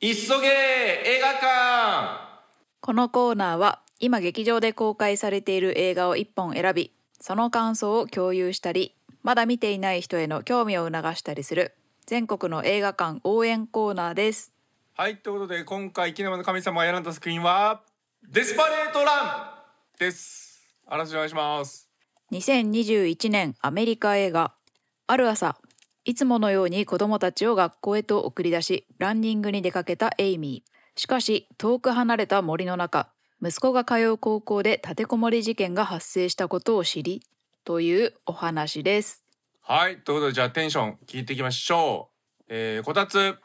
ジ急げ映画館このコーナーは今劇場で公開されている映画を一本選びその感想を共有したりまだ見ていない人への興味を促したりする全国の映画館応援コーナーですはい、ということで今回、生きの神様が選んだ作品は、デスパレートランです。嵐お願いします。 2021年アメリカ映画ある朝いつものように子供たちを学校へと送り出しランニングに出かけたエイミーしかし遠く離れた森の中息子が通う高校で立てこもり事件が発生したことを知りというお話ですはい、ということでじゃあテンション聞いていきましょう。えー、こたつ。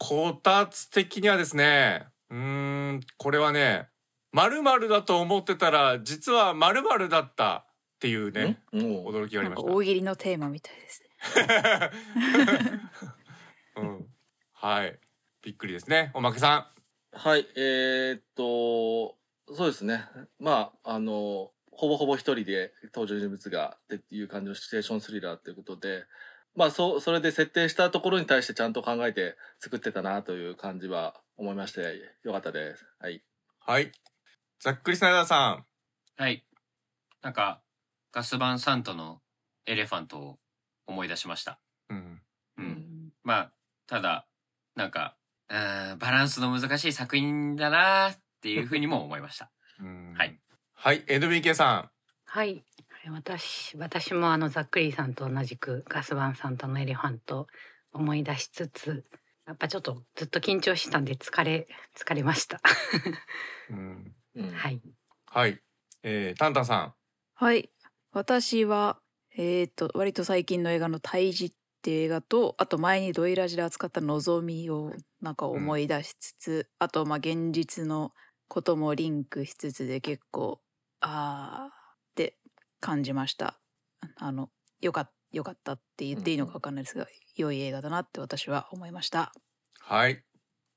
こたつ的にはですね、うーん、これはね、〇〇だと思ってたら、実は〇〇だったっていうね、もう驚きがあなりんまかし大喜利のテーマみたいですねた。うん、はい、びっくりですね。おまけさん。はい、えーっと、そうですね。まあ、あの、ほぼほぼ一人で登場人物がっていう感じのシチュエーションスリラーということで、まあ、そう、それで設定したところに対してちゃんと考えて作ってたなという感じは思いまして、よかったです。はい。はい。ざっくりスナイダーさん。はい。なんか、ガスバンサントのエレファントを思い出しました。うん。うん。まあ、ただ、なんか、うーん、バランスの難しい作品だなっていうふうにも思いました。うんはい。はい、NBK さはい。私、私もあの、ざっくりさんと同じく、ガスバンさんとのエレファントを思い出しつつ、やっぱちょっとずっと緊張してたんで疲れ、疲れました。ん。うん。うん はい。はい。えー、タンタンさはい私はえー、っと割と最近の映画の「胎児」っていう映画とあと前にドイラジで扱った「のぞみ」をなんか思い出しつつ、あとまあ現実のこともリンクしつつで結構あーって感じましたあのよかよかったって言っていいのか分かんないですが、良い映画だなって私は思いましたん。はい。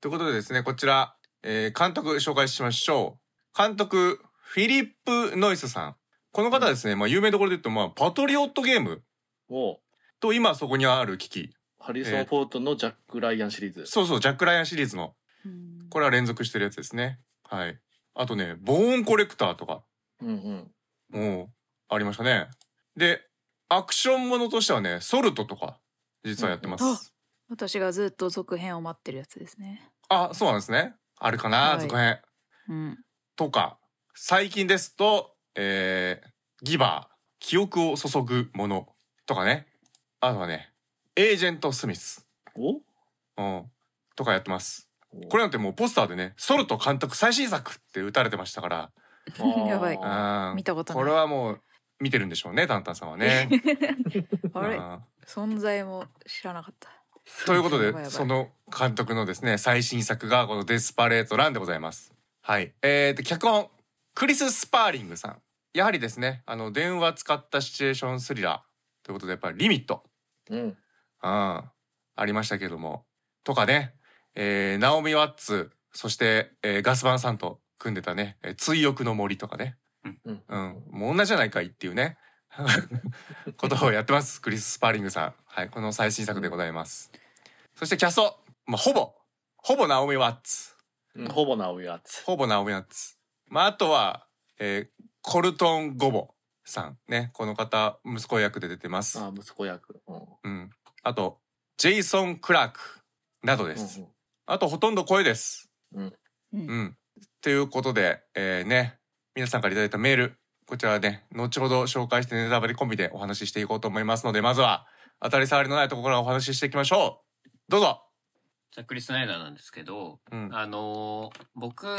ということでですね、こちら、えー、監督紹介しましょう。監督、フィリップ・ノイスさん。この方はですね、まあ、有名どころで言うと、まあ、パトリオットゲームもと、今そこにある機器。う、ハリソン・フォートのジャック・ライアンシリーズ。そうそう、ジャック・ライアンシリーズの。これは連続してるやつですね。はい。あとね、ボーンコレクターとか。うんうん。もう、ありましたね。で、アクションものとしてはね、ソルトとか、実はやってます。うん私がずっと続編を待ってるやつですねあ、そうなんですね。あるかな、はい続編。うんとか、最近ですと、えー、ギバー、記憶を注ぐものとかね。あとはね、エージェント・スミス、おうん、とかやってます。これなんてもうポスターでね、ソルト監督最新作って打たれてましたから、れやばいああ見たことないこれはもう見てるんでしょうね、タンタンさんはね。 あれうん存在も知らなかった ということやばいやばで、いその監督のですね、最新作がこのデスパレートランでございます。はい。えーと、脚本、クリス・スパーリングさん。やはりですね、あの、電話使ったシチュエーションスリラーということで、やっぱりリミット、ーうん。うん、ありましたけども、とかね、えーナオミ・ワッツ、そして、えーガスバンさんと組んでたね、えー追憶の森とかね、うん。うん、もう女じゃないかいっていうね、 ことをやってます。クリス・スパーリングさん。はい、この最新作でございます。そしてキャスト、まあ、ほぼ、ほぼナオミ・ワッツ。うんほぼなおやつ。ほぼナオミ・ワッツ。まあ、あとは、えーコルトン・ゴボさん。ね、この方、息子役で出てます。あ、息子役。うん。うん。あと、ジェイソン・クラーク、などです。うんうんあと、ほとんど声です。うんうん。ということで、えーね、皆さんからいただいたメール、こちらはね、後ほど紹介してネタバレコンビでお話ししていこうと思いますので、まずは、当たり障りのないところからお話ししていきましょう。どうぞ。ざっくりスナイダーなんですけど、うん。あのー僕、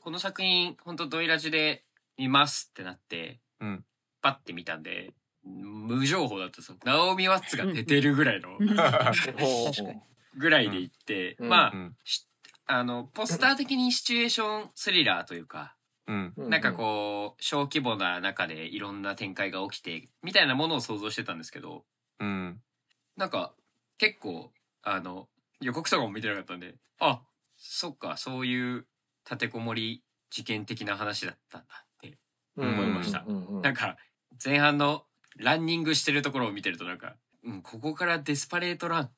この作品、本当ドイラジで見ますってなって、うんパッて見たんで、無情報だったんですよ。ナオミ・ワッツが出てるぐらいの、ほう確かにぐらいで行って、うんまあ、うん。あの、ポスター的にシチュエーションスリラーというか、うん。うなんかこう、小規模な中でいろんな展開が起きて、みたいなものを想像してたんですけど、うん。なんか、結構、あの、予告とかも見てなかったんで、あ、そっか、そういう立てこもり事件的な話だったんだって。うん思いましたうんうんうんなんか、前半のランニングしてるところを見てるとなんか、うん、ここからデスパレートラン、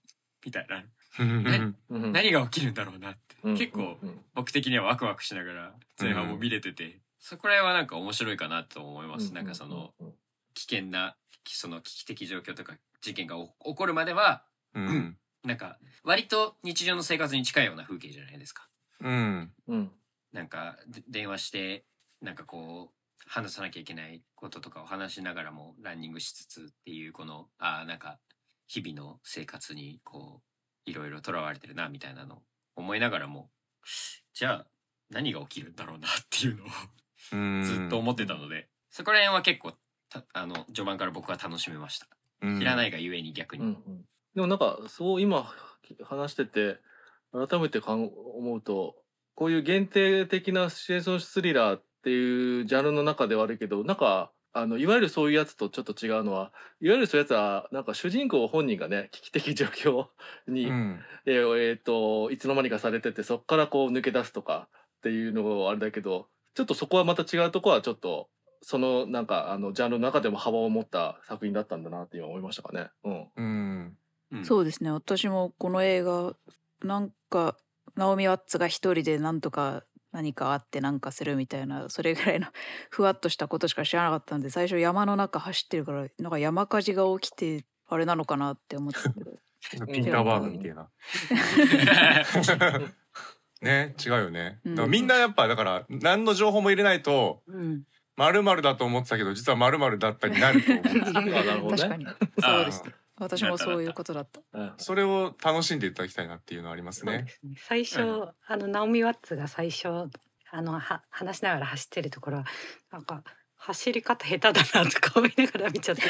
みたいな。うんうん何が起きるんだろうなって、うん結構うん僕的にはワクワクしながら前半も見れてて、そこら辺はなんか面白いかなと思います、なんかその、うん危険なその危機的状況とか事件が起起こるまではうんなんか割と日常の生活に近いような風景じゃないですかうんうんなんかで電話してなんかこう話さなきゃいけないこととかを話しながらもランニングしつつっていうこのあーなんか日々の生活にこういろいろとらわれてるなみたいなのを思いながらもじゃあ何が起きるんだろうなっていうのをうんずっと思ってたので、そこら辺は結構たあの序盤から僕は楽しめました知らないいがゆえに逆に、うんうんでもなんかそう今話してて改めてかん思うとこういう限定的なシチュエーションスリラーっていうジャンルの中ではあるけどなんかあのいわゆるそういうやつとちょっと違うのはいわゆるそういうやつはなんか主人公本人がね危機的状況に、うんえーえーといつの間にかされててそこからこう抜け出すとかっていうのはあれだけどちょっとそこはまた違うとこはちょっとそのなんかあのジャンルの中でも幅を持った作品だったんだなって今思いましたかね。うんうんうんそうですね私もこの映画なんかナオミ・ワッツが一人でなんとか何かあってなんかするみたいなそれぐらいの ふわっとしたことしか知らなかったんで最初山の中走ってるからなんか山火事が起きてあれなのかなって思ってたけどピーターバーグみたいな ね違うよね、うんだからみんなやっぱだから何の情報も入れないとうん。 〇〇だと思ってたけど実は〇〇だったになると思うなるほどね確かにそうですね私もそういうことだったうんそれを楽しんでいただきたいなっていうのはありますそうねですね最う初、んあのナオミ・ワッツが最初あのは話しながら走ってるところはなんか走り方下手だなとか思いながら見ちゃって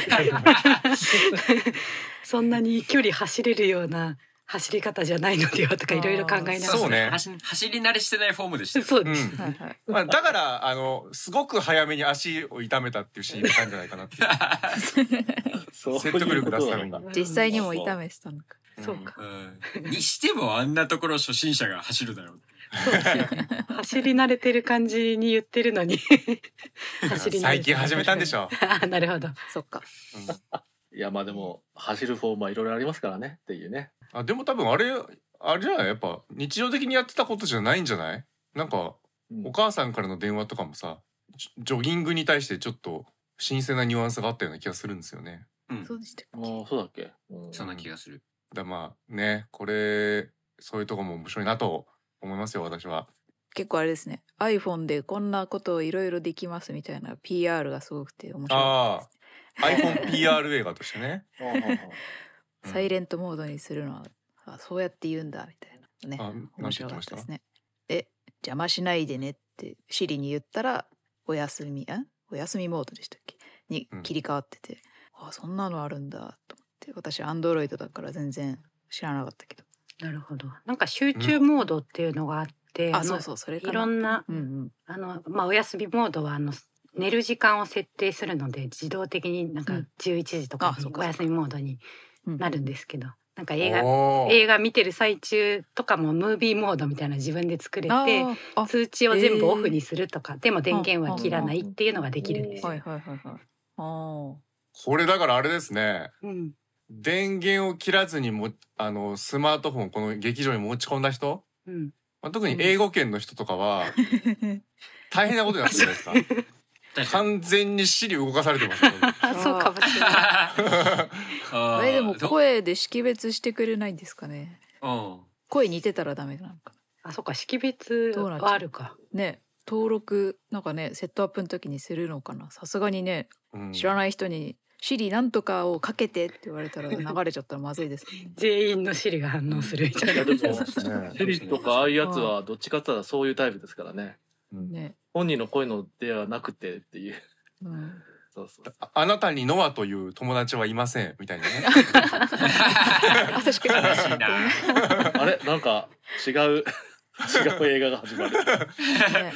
そんなに距離走れるような走り方じゃないのではとかいろいろ考えながらそうね走走り慣れしてないフォームでしたよ そうです、うんはいはいまあ、だからあのすごく早めに足を痛めたっていうシーンがいたんじゃないかなっていう そう説得力出すためいうにことなんだ実際にも痛めてたのかそうかうんにしてもあんなところ初心者が走るだろう。そうですよね走り慣れてる感じに言ってる のに走り慣れて最近始めたんでしょょあなるほどそっかいやまあでも走るフォームはいろいろありますからねっていうね。あでも多分あれあれじゃないやっぱ日常的にやってたことじゃないんじゃないなんかうんお母さんからの電話とかもさジョジョギングに対してちょっと新鮮なニュアンスがあったような気がするんですよねうんそうでしたあーそうだっけ、うんそんな気がする。だからまあねこれそういうとこも面白いなと思いますよ私は結構あれですね iPhone でこんなことをいろいろできますみたいな PR がすごくて面白いですね iPhonePR 映画としてねあーあー うんサイレントモードにするのはあそうやって言うんだみたいなねあな面んて言って白かっましたたですね。で邪魔しないでねってシリに言ったらお休みあお休みモードでしたっけにうん切り替わってて、あそんなのあるんだと思って私アンドロイドだから全然知らなかったけどなるほどなんか集中モードっていうのがあって、あのそうそうそれかないろんなうんうんあの、まあ、お休みモードは、あの、寝る時間を設定するので、自動的になんうかん11時とかあそうかお休みモードにうんなるんですけど、なんか映画、おー映画見てる最中とかもムービーモードみたいなの自分で作れあて、ーあ通知を全部オフにするとか、でも電源は切らないっていうのができるんですはいよ。はいはいはいあ ーこれだからあれですねうん、電源を切らずにもあのスマートフォンこの劇場に持ち込んだ人、うん、まあ、特に英語圏の人とかは大変なことになってるじゃないですか 確かに完全に尻動かされてますよあ、そうかもしれない。ああーれでもど声で識別してくれないんですかねうん声似てたらダメなのかなあ、そうか、識別はあるか。ね登録なんかねセットアップの時にするのかなさすがにねうん知らない人に「シリなんとかをかけて」って言われたら流れちゃったらまずいですね全員のシリが反応するみたいいやな。でもねテリーとかああいうやつはどっちかって言ったらそういうタイプですからね。ね、本人の声のではなくてっていう。うん、そうそう。ああなたにノアという友達はいませんみたいなねあ確悲しいなかあれなんか違う 違う映画が始まる。に、ね、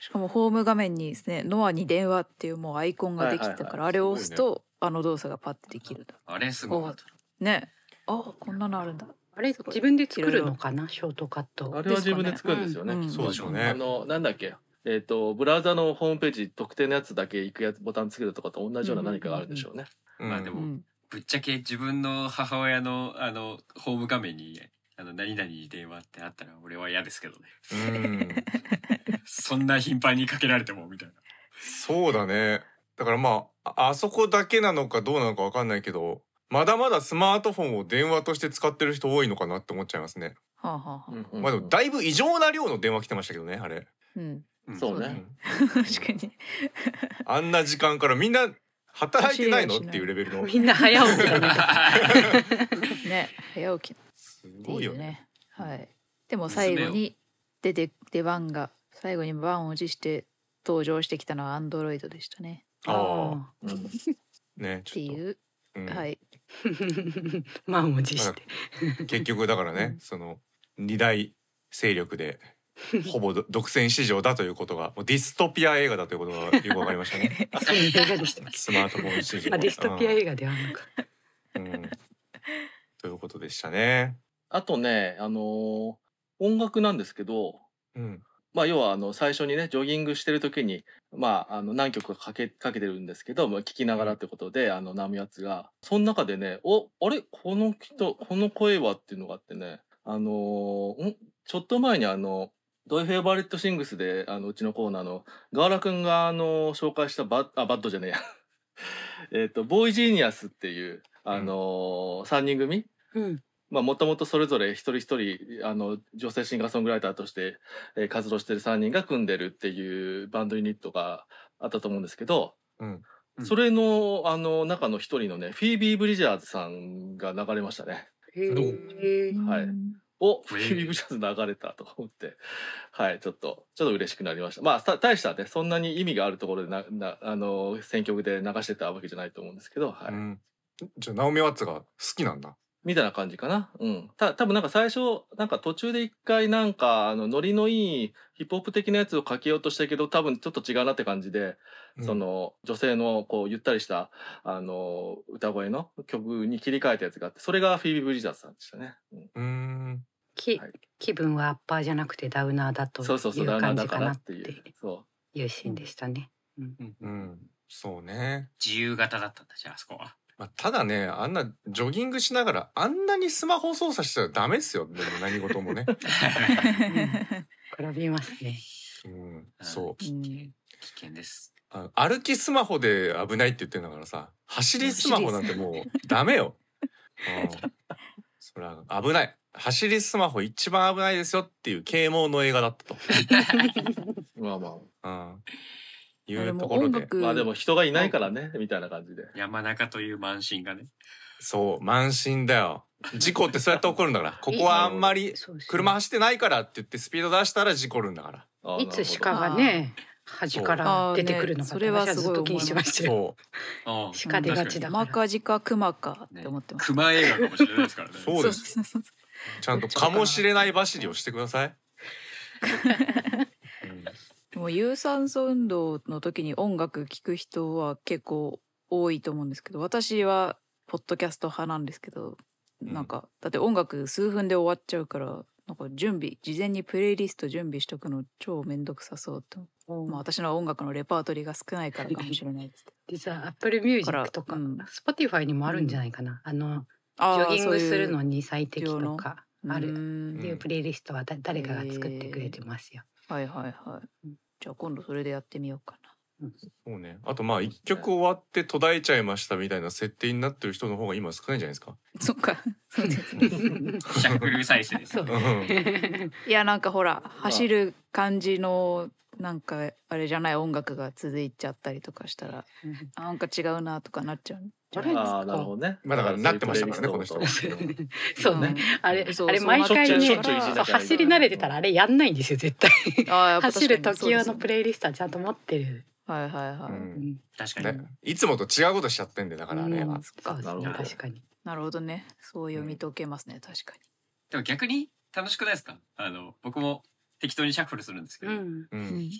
しかもホーム画面にですね「ノアに電話」っていうもうアイコンができてたから、はあれを押すとあの動作がパッてできるあれすごかったねあこんなのあるんだあれ、自分で作るのかな、ショートカット。あれは自分で作るんですよね。うんそうでしょうあねのなんだっけ。えっ、とブラウザのホームページ特定のやつだけ行くやつボタン作るとかと同じような何かがあるんでしょうね。うんまあでうもん、ぶっちゃけ自分の母親のあのホーム画面にあの何々に電話ってあったら俺は嫌ですけど ね。うん。そんな頻繁にかけられてもみたいな。そうだね。だからまあ、ああそこだけなのかどうなのかわかんないけど、まだまだスマートフォンを電話として使ってる人多いのかなって思っちゃいますね。はあ、はあはあうんうんまあでもだいぶ異常な量の電話来てましたけどね、あれ。うん、うんそううね。ん 確かにあんな時間からみんな働いてないのっていうレベルの。みんな早起きだねね早起きっすてごいいようね。ねはいでも最後に出て出番が最後に番を持して登場してきたのはアンドロイドでしたねああうんあ、っね、てちょっいう、と。うんはいー 満を持して結局だからね、その二大勢力 で。ほぼど独占市場だということがもうディストピア映画だということがよくわかりました ねそういう映画でしたっスマートフォン市け場あディストピア映画ではなくうんということでしたね。あとね、あのー音楽なんですけど、うん。まあ、要はあの最初にねジョギングしてる時に、まあ、あの何曲かかけかけてるんですけど聴きながらってことであのナムヤツがその中でね「おあれこの人この声は」っていうのがあってねあのーんちょっと前にあの「ドイフェイバリットシングスで」あのうちのコーナーのガーラ君があの紹介したバッあバッドじゃねえや えっとボーイジーニアスっていうあのー、3人組うんまあ、もともとそれぞれ一人一人あの女性シンガーソングライターとして、えー活動してる3人が組んでるっていうバンドユニットがあったと思うんですけど、うんそれのあの中の一人のねフィービー・ブリジャーズさんが流れましたね。へえはいうんおフえーィービー・ブリジャーズ流れたと思ってはいちょっとちょっと嬉しくなりましたまあた大したねそんなに意味があるところでななあの選曲で流してたわけじゃないと思うんですけど、はいうんじゃあナオミワッツが好きなんだ。みたいな感じかな。うん。た多分なんか最初、なんか途中で一回なんか、あの、ノリのいいヒップホップ的なやつをかけようとしたけど、多分ちょっと違うなって感じで、うんその、女性のこう、ゆったりした、あの、歌声の曲に切り替えたやつがあって、それがフィービー・ブリザーズさんでしたね。うんうーん。きはい気分はアッパーじゃなくてダウナーだといそうそうそう、うダウナー感じだかからなっってていう。そいうシーンでしたね。うんうん。そうね。自由型だったんだじゃああそこは。まあ、ただね、あんなジョギングしながらあんなにスマホ操作してたらダメっすよ。でも何事 もね。比べますね。うん。 そう。危険危険です。あの歩きスマホで危ないって言ってんだからさ、走りスマホなんてもうダメ よ。うん。それは危ない。走りスマホ一番危ないですよっていう啓蒙の映画だったと。う。まあまうん。いあでうもところ音で。楽あ。まあでも人がいないからね、みたいな感じで。山中という満身がね。そう、慢心だよ。事故ってそうやって起こるん だから。ここはあんまりそうそう車走ってないからって言ってスピード出したら事故るんだから。あーいつ鹿かがね端から出てくるのかそうってあーね私はずっと気にしてましたよ。そう。ああ鹿出がちだマから。カジかクマかって思ってます、熊映画かもしれないですからね。そうですそうそうそうちゃんとかもしれない走りをしてください。うんでも有酸素運動の時に音楽聴く人は結構多いと思うんですけど私はポッドキャスト派なんですけど、うんなんかだって音楽数分で終わっちゃうからなんか準備事前にプレイリスト準備しとくの超めんどくさそうと、まあ、私の音楽のレパートリーが少ないからかもしれないですけど実は Apple Music とかうん Spotify にもあるんじゃないかな。あのジあーョギングするそのに最適とかういうあうるんっていうプレイリストはだ誰かが作ってくれてますよ。はいはいはいうんじゃあ今度それでやってみようかなそうね。あとまあ一曲終わって途絶えちゃいましたみたいな設定になってる人の方が今少ないんじゃないですか。 そっかシャッフル再生ですそ。うう。 んいやなんかほら走る感じのなんかあれじゃない音楽が続いちゃったりとかしたらあなんか違うなとかなっちゃうんじゃないですかああ、なるほどね。まあだからなってましたからねそういうプレイリストのことこのそうね。あれそうあれ毎そ回ねうしなょっっちちゃゅうからういじりそう走り慣れてたらあれやんないんですよ絶対。あーやっぱ走る時用確かのにプレイリストはちゃんと持ってそる。うですねはいはいはい、うん確かに。ねいつもと違うことしちゃってんでだからあれうはん。そうですねなるほど確かに。なるほどねそう読み解けますね、確かでも逆に楽しくないですかあの、僕も適当にシャッフルするんですけうど。ん。うに、ん。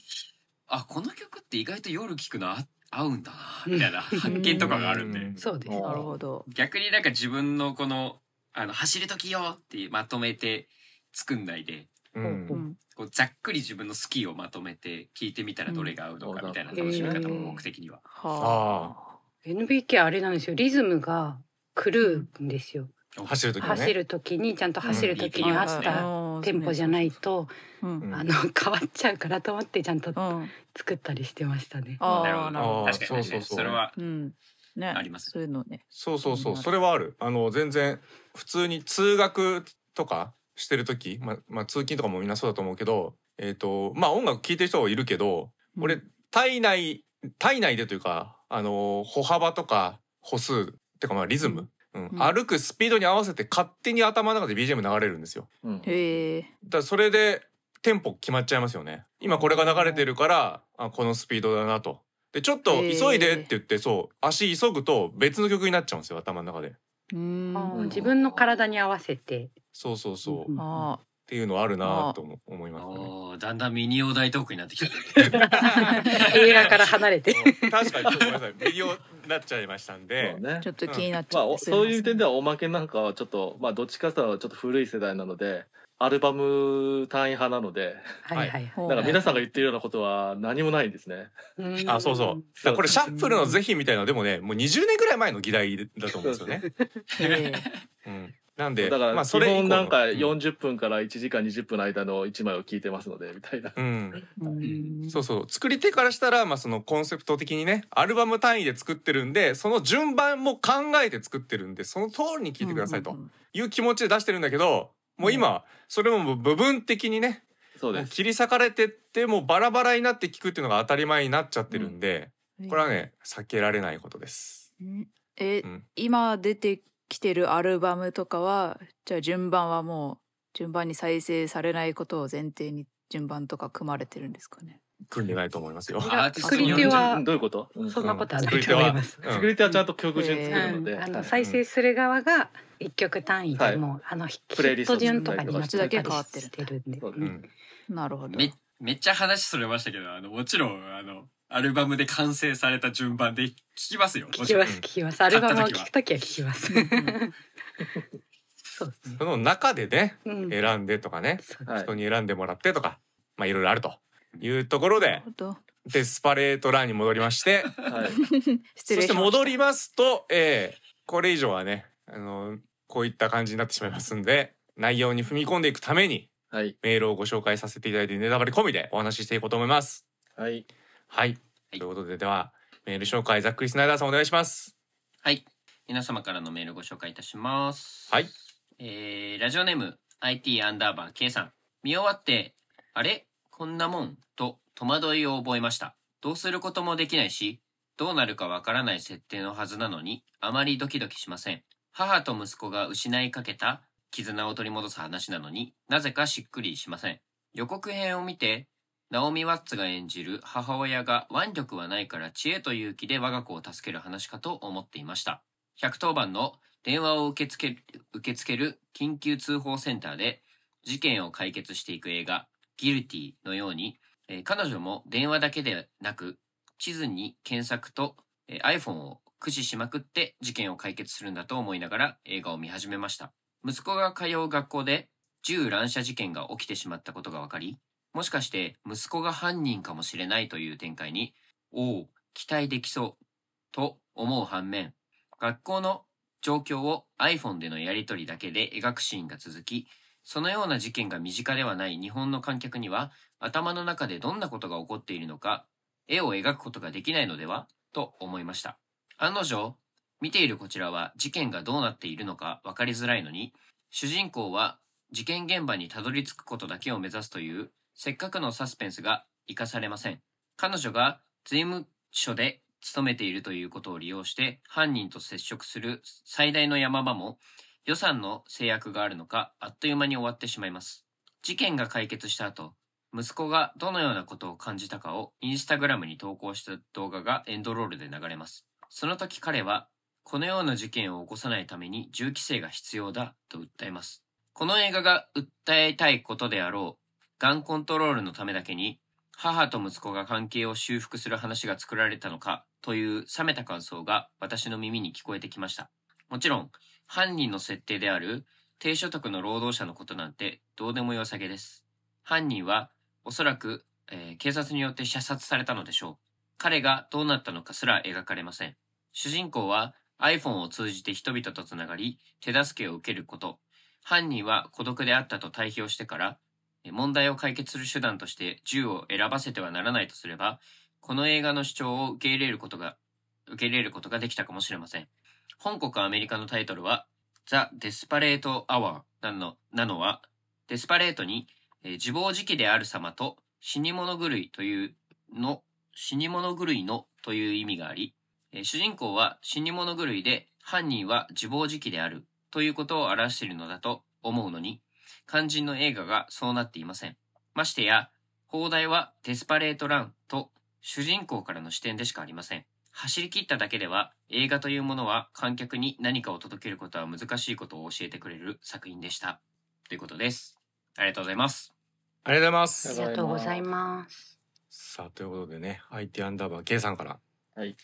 あ、この曲って意外と夜聴くのあ合うんだな、みたいな発見とかがあるんで。そうでうすねん。なるほど逆になんか自分のこの、あの、走る時よっていうまとめて作んないで、う。うんんこうざっくり自分の好きをまとめて聞いてみたらどれが合うのかみたいな楽しみ方も目的には。はあああ。 NBK あれなんですよリズムが狂うんですよ、走る時もね走る時にちゃんと走る時にうん合いい気がっしまたテンポじゃない。と、うん。あの 変わっちゃうからと思ってちゃんとうん。作ったりしてましたね。あなるあ、ほなるほど。ど確かに確かにそうそうそうそれはうん。ね。ありますそういうのね。そうそうそう、それはある。あの、全然、普通に通学とかしてる時、ま、まあ、通勤とかもみんなそうだと思うけど、えっ、と、まあ、音楽聴いてる人はいるけど、俺、体内、体内でというか、あの、歩幅とか歩数、ってかまあ、リズム、うんうん歩くスピードに合わせて勝手に頭の中で BGM 流れるんですよ。うん へえ。だからそれでテンポ決まっちゃいますよね今これが流れてるからあこのスピードだなとでちょっとへー急いでって言ってそう足急ぐと別の曲になっちゃうんですよ頭の中でうーん。あーあ自分の体に合わせて。そうそうそう、うんっあていうのあるなと思思いますねおーだんだんミニオ大トークになって きた映画から離れて。うん確かにちょっとごめんなさい微妙になっちゃいましたんでそうねー。ちょっと気になっちまゃあ、う。おすまそうせんいう点ではおまけなんかはちょっと、まあ、どっちかというとちょっと古い世代なのでアルバム単位派なのではいはい。ほうだから皆さんが言ってるようなことは何もないんですね。うんあそうそう。だからこれシャッフルの是非みたいなのでもねもう20年ぐらい前の議題だと思うんですよね、へうん、なんだでから、まあそ基れ以降本のなんかうん40分から1時間20分の間の1枚を聞いてますのでみた いな。うんーうんそうそう作り手からしたら、まあ、そのコンセプト的にねアルバム単位で作ってるんでその順番も考えて作ってるんでその通りに聴いてくださいとうんうんいう気持ちで出してるんだけどもう今それも部分的にねそうもうです。切り裂かれてってもうバラバラになって聴くっていうのが当たり前になっちゃってるんでうんこれはね避けられないことです。うんえうん今出てきてるアルバムとかはじゃあ順番はもう順番に再生されないことを前提に順番とか組まれてるんですかね。組んでないと思いますよ。アーティスト作にりよる手んじゃないはうんどういうこと、うんそんなことはないと思います。うん作り手はちゃんと曲順作うるのんで、あはのい再生する側が一曲単位でもう、あのヒプレイッリストト順とかになってたりしてるんで。そううねんなるほど。めめっちゃ話それましたけどあのもちろんあのアルバムで完成された順番で聞きますよも聞ちきろんます聞きます。アルバムを聞くときは聞きます。そうですね。その中でねうん選んでとかねそうはい人に選んでもらってとかまあいろいろあるというところなでるほどデスパレートランに戻りまして。はい失そ礼してしま戻りますと、えーこれ以上はね、あのこういった感じになってしまいますんで、内容に踏み込んでいくために、はいメールをご紹介させていただいて、ネタバレ込みでお話ししていこうと思います。はいはい。ということで、では、メール紹介、ざっくりスナイダーさんお願いします。はい。皆様からのメールご紹介いたします。はい。えー、ラジオネーム、IT アンダーバー K さん。見終わって、あれこんなもんと戸惑いを覚えました。どうすることもできないし、どうなるかわからない設定のはずなのに、あまりドキドキしません。母と息子が失いかけた絆を取り戻す話なのになぜかしっくりしません。予告編を見て、ナオミ・ワッツが演じる母親が腕力はないから知恵と勇気で我が子を助ける話かと思っていました。110番の電話を受け付ける、受け付ける緊急通報センターで事件を解決していく映画、ギルティのように、えー彼女も電話だけでなく、地図に検索と、えー iPhone を駆使しまくって事件を解決するんだと思いながら映画を見始めました。息子が通う学校で銃乱射事件が起きてしまったことが分かり、もしかして息子が犯人かもしれないという展開に、おお、期待できそう、と思う反面、学校の状況を iPhone でのやり取りだけで描くシーンが続き、そのような事件が身近ではない日本の観客には、頭の中でどんなことが起こっているのか、絵を描くことができないのではと思いました。案の定、見ているこちらは事件がどうなっているのか分かりづらいのに、主人公は事件現場にたどり着くことだけを目指すという、せっかくのサスペンスが活かされません。彼女が税務署で勤めているということを利用して、犯人と接触する最大の山場も、予算の制約があるのか、あっという間に終わってしまいます。事件が解決した後、息子がどのようなことを感じたかをインスタグラムに投稿した動画がエンドロールで流れます。その時彼は、このような事件を起こさないために銃規制が必要だと訴えます。この映画が訴えたいことであろう、ガンコントロールのためだけに、母と息子が関係を修復する話が作られたのかという冷めた感想が私の耳に聞こえてきました。もちろん、犯人の設定である低所得の労働者のことなんてどうでもよさげです。犯人はおそらく、えー警察によって射殺されたのでしょう。彼がどうなったのかすら描かれません。主人公は iPhone を通じて人々とつながり、手助けを受けること、犯人は孤独であったと対比をしてから、え問題を解決する手段として銃を選ばせてはならないとすれば、この映画の主張を受け入れることが、受け入れることができたかもしれません。本国アメリカのタイトルは、ザ・デスパレート・アワーなのなのは、デスパレートに、えー自暴自棄である様と死に物狂いというの、死に物狂いのという意味があり、えー主人公は死に物狂いで犯人は自暴自棄であるということを表しているのだと思うのに、肝心の映画がそうなっていません。ましてや、放題はデスパレートランと主人公からの視点でしかありません。走り切っただけでは映画というものは観客に何かを届けることは難しいことを教えてくれる作品でした。ということです。ありがとうございます。ありがとうございまありす。がとうございます。さあということでね IT アンダーバー K さんからはい。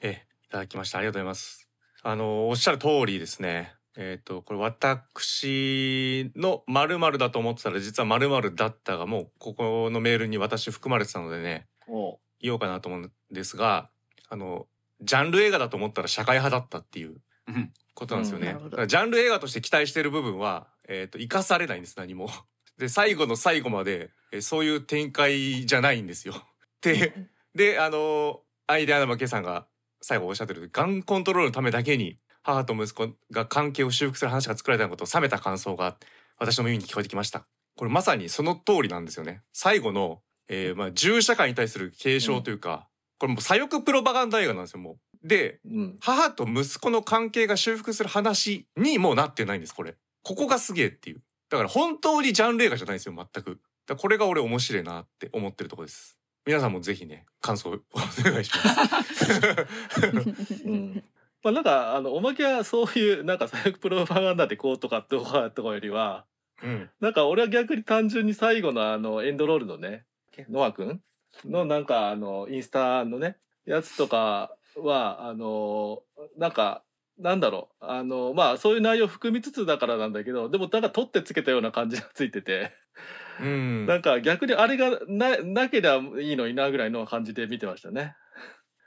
えいただきましたありがとうございます。あのおっしゃる通りですね。えっ、とこれ私のまるだと思ってたら実はまるだったがもうここのメールに私含まれてたのでねお言おうかなと思うんですがあのジャンル映画だと思ったら社会派だったっていううんことなんですようんなるね。ほどだからジャンル映画として期待してる部分は、えっ、と、生かされないんです、何も。で、最後の最後まで、えーそういう展開じゃないんですよ。で、で、あのー、アイデアナマケさんが最後おっしゃってる、ガンコントロールのためだけに、母と息子が関係を修復する話が作られたことを冷めた感想が、私の耳に聞こえてきました。これまさにその通りなんですよね。最後の、えーまあ、銃社会に対する継承というか、これもう左翼プロパガンダ映画なんですよ、もう。で、うん。母と息子の関係が修復する話にもうなってないんですこれここがすげえっていうだから本当にジャンル映画じゃないんですよ全くだからこれが俺面白いなって思ってるとこです皆さんもぜひね感想をお願いし ますうんまあなんか、あの、おまけはそういう、なんか左翼プロパガンダでこうとかとかとかよりは、うんなんか俺は逆に単純に最後のあの、エンドロールのね、ノア君のなんかあの、インスタのね、やつとかは、あの、なんか、なんだろう、あの、まあそういう内容を含みつつだからなんだけど、でもなんか取ってつけたような感じがついてて、うんなんか逆にあれがな、なけりゃいいのになぐらいの感じで見てましたね。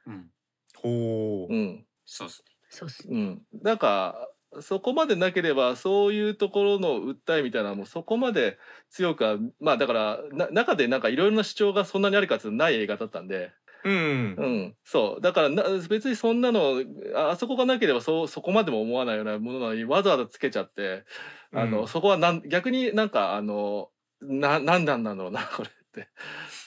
うん。ほううん。そうっすね。そうっすね。うん。なんか、そこまでなければ、そういうところの訴えみたいなのもそこまで強くは、まあだから、な中でなんかいろいろな主張がそんなにあるかつない映画だったんで、うんうん。そう。だからな、別にそんなの、ああそこがなければそう、そこまでも思わないようなものなのに、わざわざつけちゃって、あの、うんそこはなん、逆になんか、あの、な、なんなんだろうな、これって。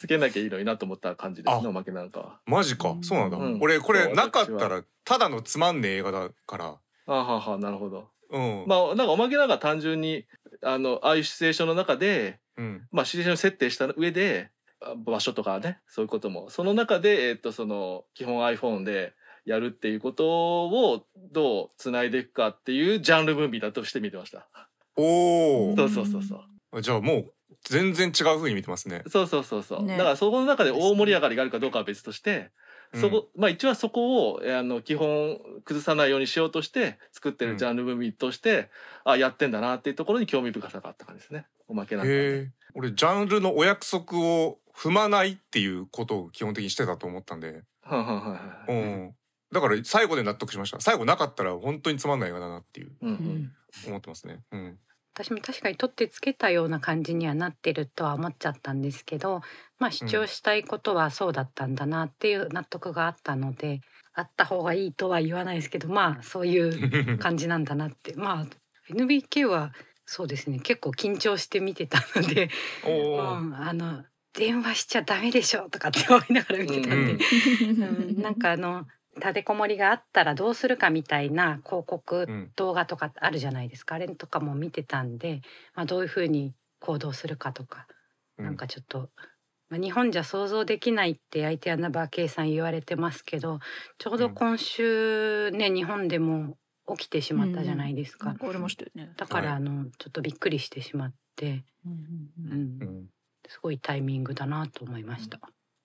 つけなきゃいいのになと思った感じですね、あおまけなんかは。マジかそうなんだ、うん俺これそうなかった私らただのつまんねえ映画だからあはは、なるほど。うん、 まあ、なんかおまけなんか単純に、あの、ああいうシチュエーションの中で、うんまあ、シチュエーション設定した上で、あ場所とかね、そういうことも、その中で、えっと、その、基本 iPhone でやるっていうことをどう繋いでいくかっていうジャンル分類だとして見てました。おそうそうそうそう。おじゃあもう全然違う風に見てますね、そうそうそうそう。ねだから、そこの中で大盛り上がりがあるかどうかは別として、うんそこ、まあ一応はそこを、えーあの、基本崩さないようにしようとして、作ってうんるジャンル分類として、あ、やってんだなっていうところに興味深さがあった感じですね。おまけなんかで。へえ俺ジャンルのお約束を踏まないっていうことを基本的にしてたと思ったんで、はいはいはいうはいん、だから最後で納得しました最後なかったら本当につまんない映画だなっていううんうん思ってますね、うん、私も確かに取ってつけたような感じにはなってるとは思っちゃったんですけど、まあ主張したいことはそうだったんだなっていう納得があったので、あった方がいいとは言わないですけど、まあそういう感じなんだなって。まあ NBK はそうですね、結構緊張して見てたので、 おうお、ん、あの電話しちゃダメでしょとかって思いながら見てたんで、うんうんなんかあの立てこもりがあったらどうするかみたいな広告うん動画とかあるじゃないですか、あれとかも見てたんで、まあ、どういうふうに行動するかとか、うんなんかちょっと、まあ、日本じゃ想像できないって相手アナバー K さん言われてますけどちょうど今週ね、日本でも起きてしまったじゃないですか、なんか俺もしてるね。だかはらいあのちょっとびっくりしてしまって、うんうん、すごいタイミングだなと思いました。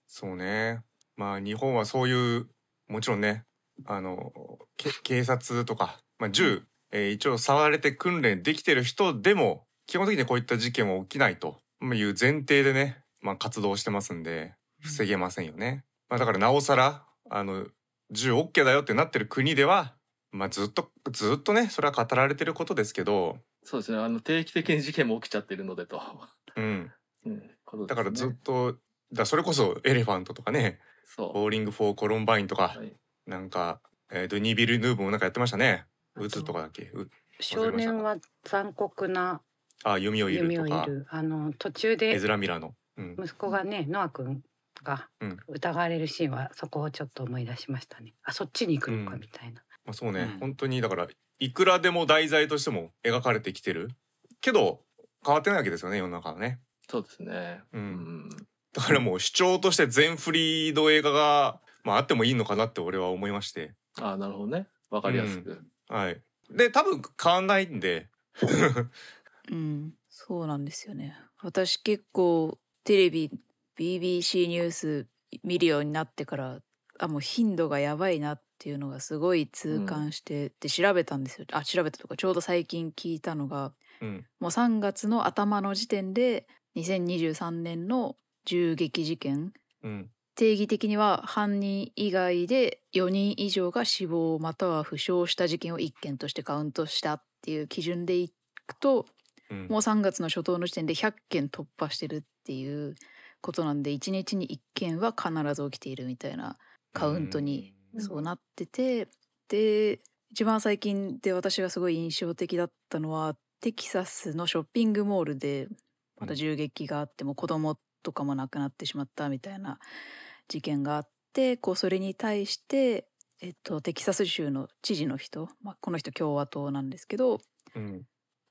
そうねまあ日本はそういうもちろんねあのけ警察とか、まあ、銃、えー一応触れて訓練できてる人でも基本的にこういった事件は起きないという前提でね、まあ、活動してますんで防げませんよね。まあ、だからなおさらあの銃 OK だよってなってる国では、まあずっとずっとねそれは語られてることですけど、そうですね。あの、定期的に事件も起きちゃってるのでと。 うん、うん。ことですねだからずっと、だそれこそエレファントとかねそボーリング・フォー・コロンバインとかう。、はいなんか、えー、ドゥニー・ビル・ヌーブもなんかやってましたね打つとかだっけう少年は残酷なあ弓を射る弓とをいかるあの途中エでズラ・ミラーの、うん、息子がねノア君がうん疑われるシーンはそこをちょっと思い出しましたねあそっちに行くのかうんみたいな、まあ、そうね、うん本当にだからいくらでも題材としても描かれてきてるけど変わってないわけですよね世の中はねそうですね。うんん。だからもう主張として全振りの映画が、まあ、あってもいいのかなって俺は思いましてああ、なるほどね。わかりやすく。はいで多分変わんないんでうん、そうなんですよね。私結構テレビ BBC ニュース見るようになってからあもう頻度がやばいなっていうのがすごい痛感して、で調べたんですよ。あ調べたとかちょうど最近聞いたのがうんもう3月の頭の時点で2023年の銃撃事件うん定義的には犯人以外で4人以上が死亡または負傷した事件を1件としてカウントしたっていう基準でいくとうんもう3月の初頭の時点で100件突破してるっていうことなんで1日に1件は必ず起きているみたいなカウントにうんそうなってて、で一番最近で私がすごい印象的だったのはテキサスのショッピングモールでまた銃撃があってもう子供とかも亡くなってしまったみたいな事件があってこうそれに対して、えっと、テキサス州の知事の人、まあ、この人共和党なんですけどうん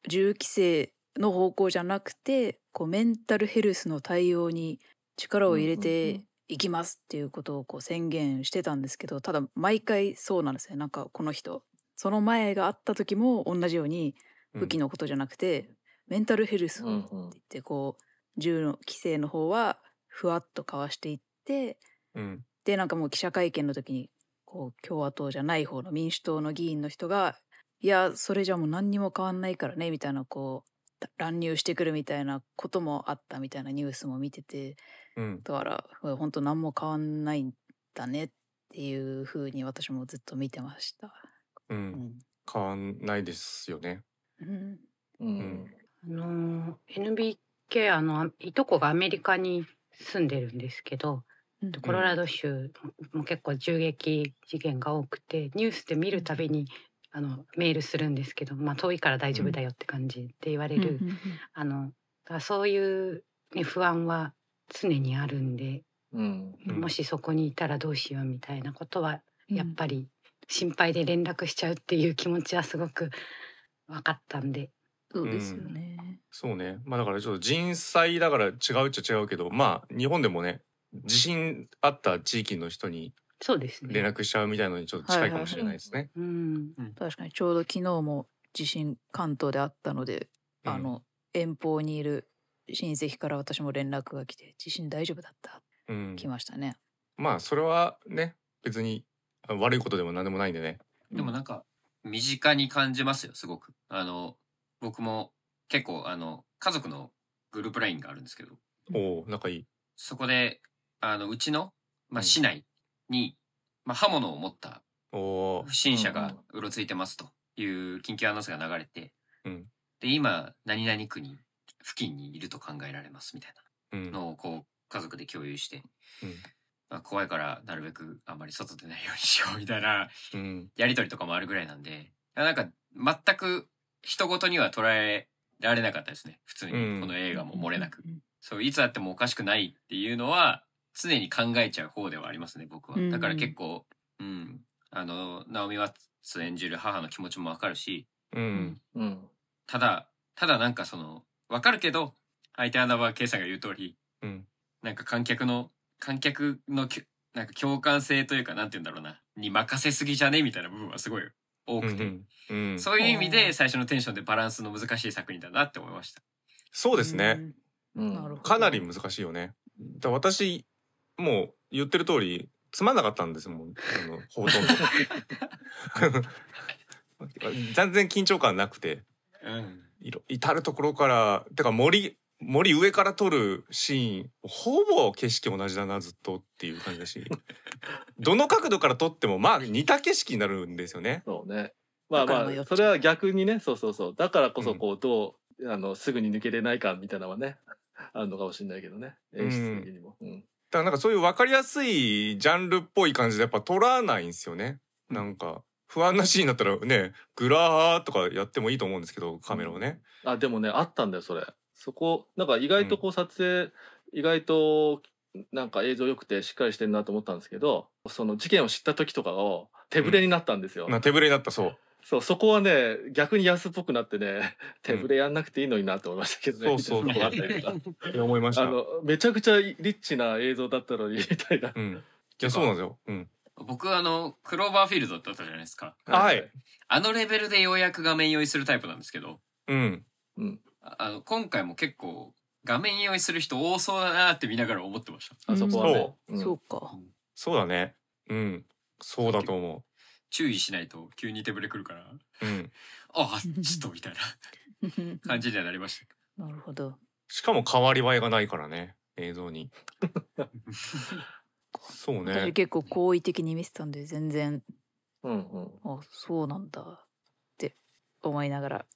銃規制の方向じゃなくてこうメンタルヘルスの対応に力を入れうんうんうていきますっていうことをこう宣言してたんですけどただ毎回そうなんですねなんかこの人その前があった時も同じようにうん武器のことじゃなくて、メンタルヘルスうをっんて言ってこう銃の規制の方はふわっとかわしていってうんでなんかもう記者会見の時にこう共和党じゃない方の民主党の議員の人が「いやそれじゃもう何にも変わんないからね」みたいなこう乱入してくるみたいなこともあったみたいなニュースも見ててうんだから本当何も変わんないんだねっていうふうに私もずっと見てました。ううんん変わんないですよねうんうん。うんんあのー NBK あのいとこがアメリカに住んでるんですけどうんコロラド州も結構銃撃事件が多くてニュースで見るたびにあのメールするんですけど、まあ、遠いから大丈夫だよって感じって言われる、うんうんあのだからそういう、ね、不安は常にあるんで、うん。うんもしそこにいたらどうしようみたいなことはうんやっぱり心配で連絡しちゃうっていう気持ちはすごく分かったんで。そうですよね。そうねまあだからちょっと人災だから違うっちゃ違うけどまあ日本でもね地震あった地域の人にそうですね連絡しちゃうみたいのにちょっと近いかもしれないですね。うん、確かにちょうど昨日も地震関東であったのでうんあの遠方にいる親戚から私も連絡が来て「地震大丈夫だった」うん来ましたね。まあそれはね別に悪いことでも何でもないんでね。でもなんか、身近に感じますよ、すごく。あの、僕も結構、あの、家族のグループラインがあるんですけど、うんおお仲いい。そこで、あの、うちの、まうんあ、市内に、まあ、刃物を持ったおお不審者がうろついてますという緊急アナウンスが流れて、うんで、今、何々区に、付近にいると考えられますみたいうんなのを、こう、家族で共有して、うんまあ、怖いから、なるべくあんまり外出ないようにしようみたいなうんやりとりとかもあるぐらいなんで、あなんか全く人事には捉えられなかったですね。普通うにんこの映画も漏れなく。うんそう、いつあってもおかしくないっていうのは常に考えちゃう方ではありますね、僕はう。んだから結構、うん、あの、ナオミ・ワッツ演じる母の気持ちもわかるし、うんうん。ただ、ただなんかその、わかるけど、相手アナバー K さんが言う通り、うんなんか観客の、観客のきゅ、なんか共感性というか、なんて言うんだろうな、に任せすぎじゃねみたいな部分はすごい多うくて。んうんそういう意味うんで最初のテンションでバランスの難しい作品だなって思いました。そうですね。。うん。なるほどかなり難しいよね。だ私もう言ってる通りつまんなかったんですもんあのほとんど。 全然緊張感なくてうん。 いろ至る所からてか森森上から撮るシーンほぼ景色同じだなずっとっていう感じだ しどの角度から撮ってもまあ似た景色になるんですよね。そうね。まあだかまら迷っちゃあ、うそれは逆にね、そうそうそう。だからこそ、こう、どう、あの、すぐに抜けれないかみたいなのはね、あるのかもしれないけどね。演出的にも。うん。だからなんかそういう分かりやすいジャンルっぽい感じでやっぱ撮らないんですよね。なんか不安なシーンだったらねグラーとかやってもいいと思うんですけどカメラをね。あ、でもね、あったんだよ、それ。そこ、なんか意外とこう、撮影、意外と、なんか映像良くてしっかりしてるなと思ったんですけど、その事件を知った時とかを手ぶれになったんですよ。な手ぶれになったそう。そう、そこはね、逆に安っぽくなってね、 手ぶれやんなくていいのになって思いましたけどね。うんそうそう見てるとこあったりとか思いました。 あ の、めちゃくちゃリッチな映像だったのに、みたいな。うん。いやそうなんですよ。うん。僕あの、クローバーフィールドだったじゃないですか。はい。あのレベルでようやく画面用意するタイプなんですけど、うん。うん。ああの、今回も結構画面用意する人多そうだなって見ながら思ってました。あそこはね。んそうか。そうだね。うん。そうだと思注意しないと急に手ぶれくるから、う。うん。あ、ちょっとみたいな感じにはなりました。 なるほど。しかも変わり映えがないからね。映像に。そう私 ね。結構好意的に見せたんで全然うんうん。あそうなんだって思いながら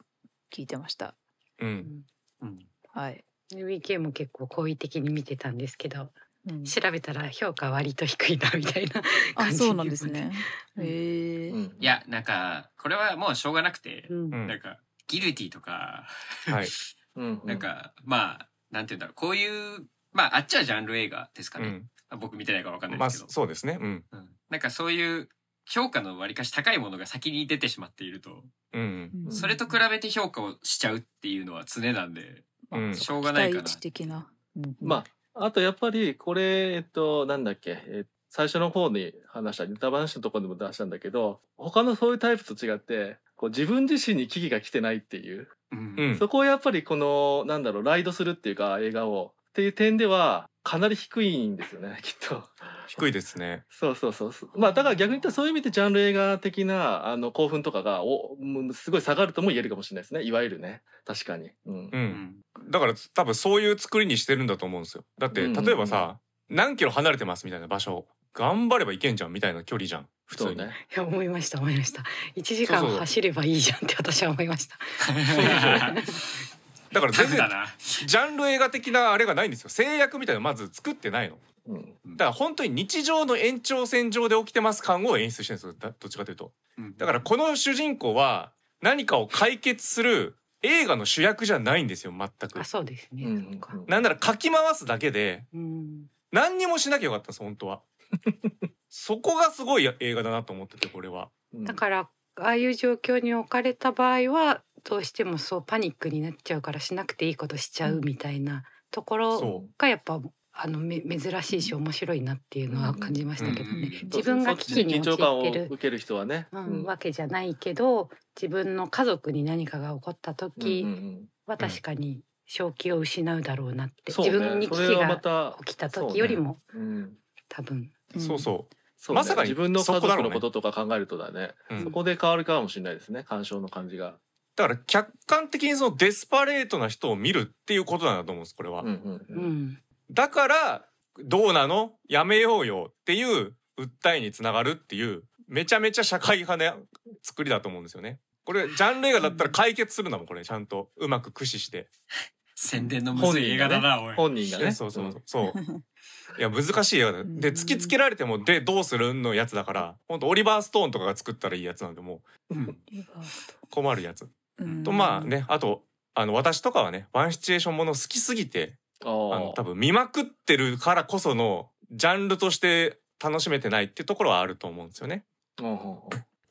聞いてました。うん。うんはい。 WK も結構好意的に見てたんですけどうん調べたら評価割と低いなみたいなあ感じそうなんですね。うんへえう。んい、や、なんか、これはもうしょうがなくて、うんうんなんか、ギルティとか、はい。うん、なん、か、まあ、なんて言うんだろう、こういう、まあ、あっちはジャンル映画ですかうね。ん。僕見てないからわかんないまであ、すけど、そうですね。うん。うんなんかそういう評価の割かし高いものが先に出てしまっていると、うん。うんそれと比べて評価をしちゃうっていうのは常なんで、うんしょうがないか期な待値的な。まあ、あとやっぱり、これ、えっと、なんだっけ、え最初の方に話した、ネタ話のところでも出したんだけど、他のそういうタイプと違って、こう自分自身に危機が来てないっていう、うんうん。そこをやっぱりこの、なんだろう、ライドするっていうか、映画を、っていう点では、かなり低いんですよね、 きっと。低いですね。そうそうそうそう。まあ、だから逆に言ったらそういう意味でジャンル映画的な、あの、興奮とかが、お、もうすごい下がるとも言えるかもしれないですね。いわゆるね。確かに。うんう。。うんんだから、多分そういう作りにしてるんだと思うんですよ。だって、うん例えばさ、何キロ離れてますみたいな場所、頑張ればいけんじゃんみたいな距離じゃん。普そ通うにね。。いや思いました思いました1時そ間うそう走ればいいじゃんって私は思いました だからタ全フ然だ、な。ジャンル映画的なあれがないんですよ。制約みたいなのまず作ってないの。うん。だから本当に日常の延長線上で起きてます感を演出してるんですよだどっちかというとだからこの主人公は何かを解決する映画の主役じゃないんですよ全くあそうですね、うんそっかなんならかき回すだけでうん何にもしなきゃよかったんです本当 はそこがすごい映画だなと思っててこれはうんだからああいう状況に置かれた場合はどうしてもそうパニックになっちゃうからしなくていいことしちゃうみたいなところそがやっぱあのめ珍しいし面白いなっていうのは感じましたけどうんうんねうん自分が危機に緊張感を陥って受る、ける人はね。ううんん、わけじゃないけど自分の家族に何かが起こったうんう時んは確かに正気を失うだろうなって、そうね自分に危それ機はまがた起きた時よりもうん多分うそうそうそうねまさかに自分のそ家こだろ族うねのこととか考えるとだね。うんそこで変わるかもしれないですね。鑑賞の感じが。だから客観的にそのデスパレートな人を見るっていうことなんだと思うんですこれはうんうんううん。んだからどうなのやめようよっていう訴えにつながるっていうめちゃめちゃ社会派な作りだと思うんですよね。これジャンル映画だったら解決するんだもんこれちゃんとうまく駆使して。宣伝のむずい映画だな、おい。本人がね。そうそうそう。 そういや難しい映画だよ。で突きつけられてもでどうするんのやつだから本当オリバー・ストーンとかが作ったらいいやつなんでもうんう困るやつ。うんとまあ。ねあとあの私とかはねワンシチュエーションもの好きすぎてあのあ多分見まくってるからこそのジャンルとして楽しめてないっていうところはあると思うんですよね。あ。うんうんうん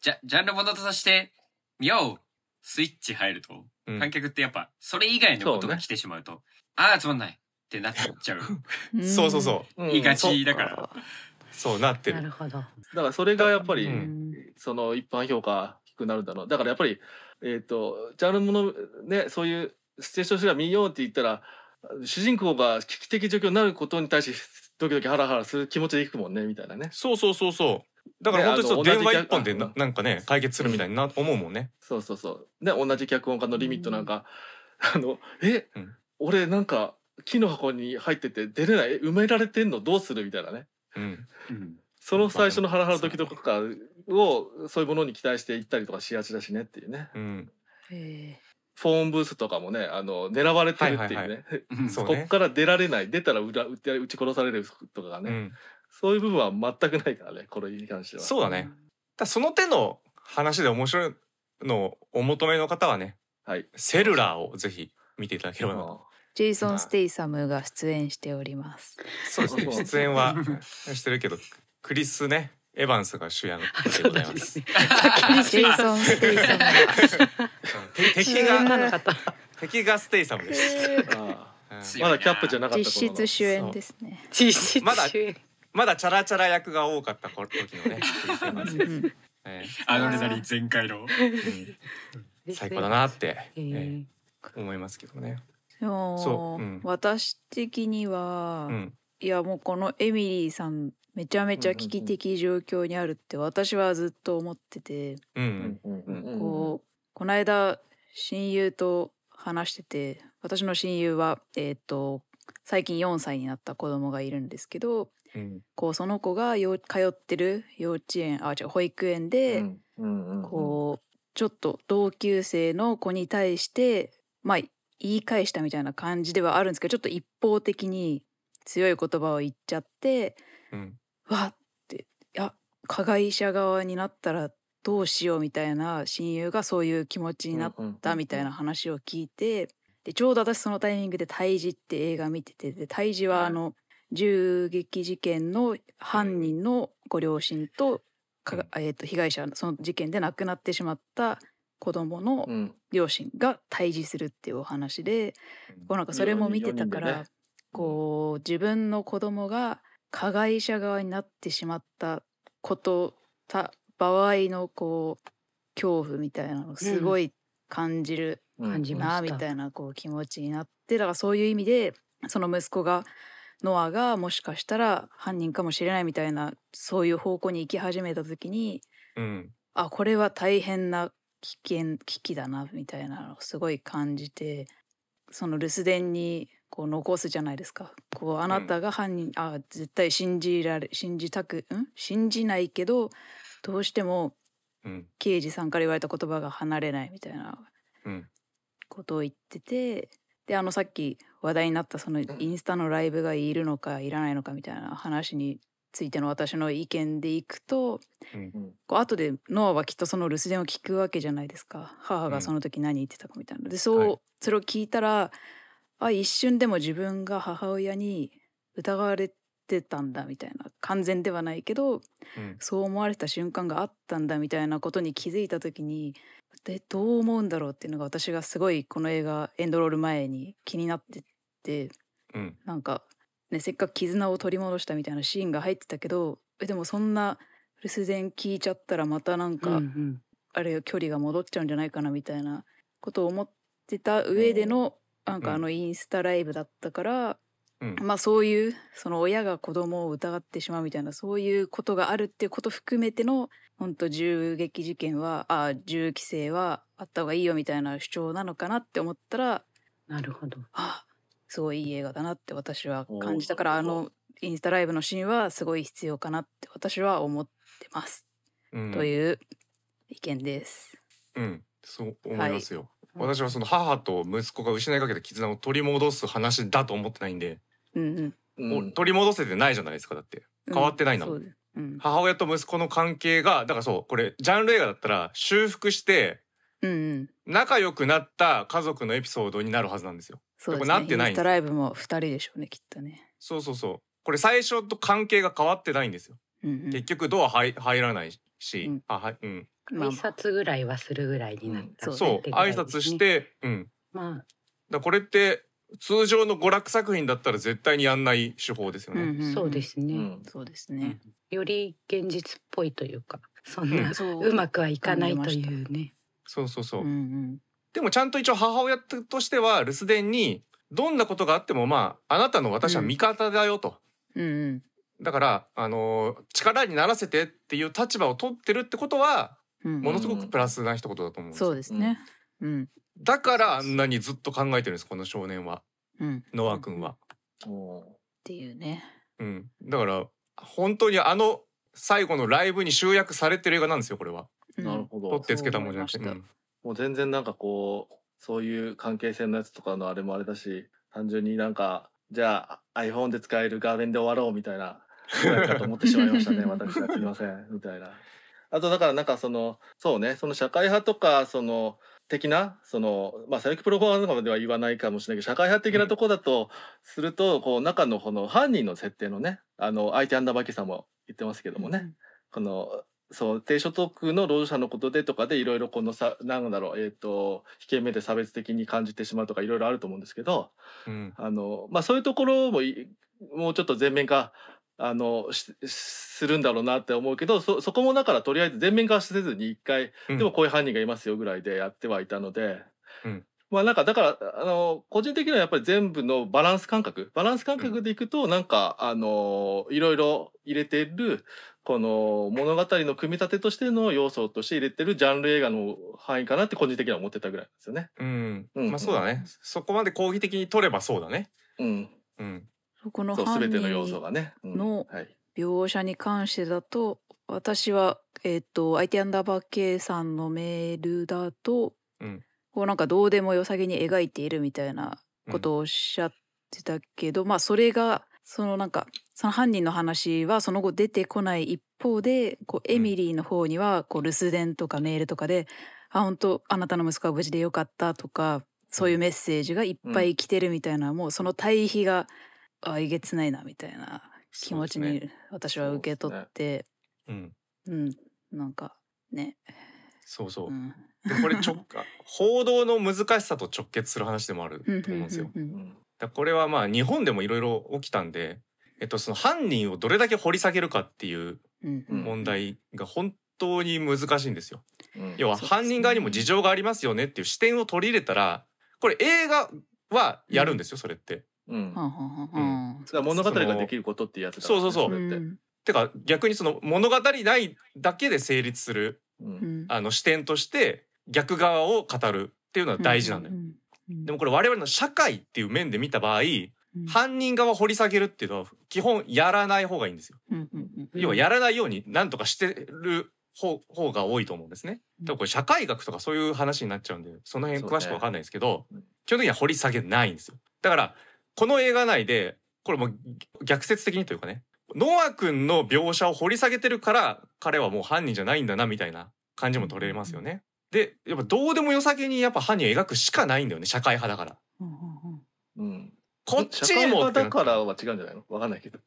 じゃ、ジャンルものとして、見ようスイッチ入ると、うん観客ってやっぱ、それ以外のことが来てしまうと、ああ、つまんないってなっちゃ う。んそうそうそううん言いがちだだから。。そうなってなる。るほど。だからそれがやっぱり、うんその一般評価低くなるんだろう。だからやっぱり、えっ、と、ジャンルもの、ね、そういうシチュエーションが見ようって言ったら、主人公が危機的状況になることに対して、ドキドキハラハラする気持ちでいくもんね、みたいなね。そうそうそうそう。だから本当にそうねあ電の話一本で同じな逆なんかね解決するみたいにな思うもんね。そうそうそう。ね、同じ脚本家のリミットなんか、あの、え、うん俺なんか木の箱に入ってて出れないえ埋められてんのどうするみたいなねうん。うんその最初のハラハラドキドキ感をそういうものに期待していったりとかしがちだしねっていうねうん。えフォンブースとかもねあの狙われてるっていうね、はいはいうんそうこねっから出られない出たら裏撃って撃ち殺されるとかがうね、ん。そういう部分は全くないからねこれに関してはそうだね。ただその手の話で面白いのをお求めの方はね、はいセルラーをぜひ見ていただければなと。あジェイソまあン・ステイサムが出演しており ます。そうですね。そう出演はしてるけど、クリスね、エヴァンスが主演でそごうざい なんま。ですすね。ジェイソン・ステイサムが。て敵主演がなのかと。敵がステイサム です。あうん強まいだキャップじゃなかった実頃の質主演ですね。実まだ質主演。まだチャラチャラ役が多かった頃時のね。クリスエヴァンスうんうんえアドレナリン全開の。え最高だなって、ええー。え思いますけどね。でもそううん私的には、うん。いやもうこのエミリーさんめちゃめちゃ危機的状況にあるって私はずっと思ってて、ううんん。うんうんうんこうこの間親友と話してて私の親友はえっ、と最近4歳になった子供がいるんですけどうん。こうその子がよう通ってる幼稚園あ違う保育園で、うんうんうんこうちょっと同級生の子に対してまあ言い返したみたいな感じではあるんですけどちょっと一方的に強い言葉を言っちゃってうん。わっっていや加害者側になったらどうしようみたいな親友がそういう気持ちになっうんうんたみたいな話を聞いてでちょうど私そのタイミングで「胎児」って映画見ててで胎児はあの銃撃事件の犯人のご両親とかが、えー、と被害者のその事件で亡くなってしまった子供のうん両親が対峙するっていうお話でこうなんかそれも見てたか四人でらねこう自分の子供が加害者側になってしまったことた場合のこう恐怖みたいなのをすごい感じるうん感じまなあしみたたいなこう気持ちになってだからそういう意味でその息子がノアがもしかしたら犯人かもしれないみたいなそういう方向に行き始めた時にうん。あこれは大変な危険危機だなみたいなのをすごい感じてその留守電にこう残すじゃないですかこうあなたが犯人、あ絶対信じられ信じたくん信じないけどどうしてもうん。刑事さんから言われた言葉が離れないみたいなうんことを言っててであのさっき話題になったそのインスタのライブがいるのかいらないのかみたいな話についての私の意見でいくと、うんこう後でノアはきっとその留守電を聞くわけじゃないですか母がその時何言ってたかみたいな。でそう、はいそれを聞いたらあ一瞬でも自分が母親に疑われてたんだみたいな完全ではないけどうん。そう思われてた瞬間があったんだみたいなことに気づいた時にでどう思うんだろうっていうのが私がすごいこの映画エンドロール前に気になっててうん。なんか、ね、せっかく絆を取り戻したみたいなシーンが入ってたけどえでもそんな留守電聞いちゃったらまたなんうんうかん。あれよ距離が戻っちゃうんじゃないかなみたいなことを思ってた上でのなんかあのインスタライブだったからうん。まあそういうその親が子供を疑ってしまうみたいなそういうことがあるっていうこと含めての本当銃撃事件はあ銃規制はあった方がいいよみたいな主張なのかなって思ったらなるほど。あすごいいい映画だなって私は感じたからおーあのインスタライブのシーンはすごい必要かなって私は思ってます、うんという意見です。うん、そう思いますよ。私はその母と息子が失いかけた絆を取り戻す話だと思ってないんで、うんうんうんもう取り戻せてないじゃないですかだってうん、変わってないなそうですうん母親と息子の関係がだからそうこれジャンル映画だったら修復してうんうん仲良くなった家族のエピソードになるはずなんですよ。そうでですもなっねてないインスタライブも2人でしょうねきっとね。そうそうそうこれ最初と関係が変わってないんですよ。うんうん結局ドア入入らないし、うんあはいうんまあ挨拶ぐらいはするぐらいになった、うんそうね挨拶し。てうんまだからこれって通常の娯楽作品だったら絶対にやんない手法ですよね。あ、そうで。すうね、んそうですね。より現実っぽいというか、そんうなそううまくはいかないというね。そうそうそう。うんでもちゃんと一応母親としては留守電にどんなことがあってもまああなたの私は味方だよと。うん。うんうん。だからあのー力にならせてっていう立場を取ってるってことはうんうんものすごくプラスな一言だと思うんですよそうですね。うん。だからあんなにずっと考えてるんですこの少年は。うん、っノア君は。おーていうねうん、だから本当にあの最後のライブに集約されてる映画なんですよこれは。うんなるほど取ってつけたものじゃなくて。そう思いまもう全然なんかこうそういう関係性のやつとかのあれもあれだし単純になんかじゃあ iPhone で使える画面で終わろうみたいなかと思ってしまいましたね私はすみませんみたいな。あとだからなんかそのそうねその社会派とかその的なそのまあ左翼プロパガンダとかまでは言わないかもしれないけど社会派的なとこだとすると、こう中のこの犯人の設定のねあの相手アンダーバキさんも言ってますけどもね、このそう低所得の労働者のことでとかでいろいろこのさなんだろうえっ、と引け目で差別的に感じてしまうとかいろいろあると思うんですけどうんあの、まあ、そういうところもいもうちょっと全面化あのしするんだろうなって思うけどそそこもだからとりあえず全面化はせずに一回うんでもこういう犯人がいますよぐらいでやってはいたので。うんまあなんかだからあの個人的にはやっぱり全部のバランス感覚バランス感覚でいくとなんか、あのいろいろ入れてるこの物語の組み立てとしての要素として入れてるジャンル映画の範囲かなって個人的には思ってたぐらいなんですよね。うんうんまあそうだね。そこまで抗議的に取ればそうだね。うん、うん。そこのそう犯全て人の要素がね。うんのはい描写に関してだと私はえっ、と IT アンダーバー K さんのメールだと、うんこうなんかどうでもよさげに描いているみたいなことをおっしゃってたけど、まあそれがそのなんかその犯人の話はその後出てこない一方でこうエミリーの方にはこう留守電とかメールとかで「あ本当あなたの息子は無事でよかった」とかそういうメッセージがいっぱい来てるみたいな、もうその対比があえげつないなみたいな気持ちそうですに私は受け取ってうん。う,、んなんかね、そうそうう。ん、でこれ直 報道の難しさと直結する話でもあると思うんですよ。ううんんだからこれはまあ日本でもいろいろ起きたんで、えっとその犯人をどれだけ掘り下げるかっていううんうん問題が本当に難しいんですよ。うん要はそうですね犯人側にも事情がありますよねっていう視点を取り入れたらこれ映画はやるんですよ、それって。うはんだかんはんはんはんら物語ができることっていうやつだからねそうそうそうれんれっててか逆にその物語ないだけで成立するうんうんあの視点として逆側を語るっていうのは大事なんだよ。うんうんでもこれ我々の社会っていう面で見た場合うん犯人側を掘り下げるっていうのは基本やらない方がいいんですよ。うんうんうん要はやらないように何とかしてる方方が多いと思うんですね。うん多分これ社会学とかそういう話になっちゃうんでその辺詳しくわかんないですけど、そうね基本的には掘り下げないんですよ。だからこの映画内でこれもう逆説的にというかねノア君の描写を掘り下げてるから彼はもう犯人じゃないんだなみたいな感じも取れますよね。でやっぱどうでもよさげにやっぱ犯人を描くしかないんだよね社会派だから。うんうんうんうんこっちにもっ社会派てなっちだゃかうらは違うんじゃないのわかんないけど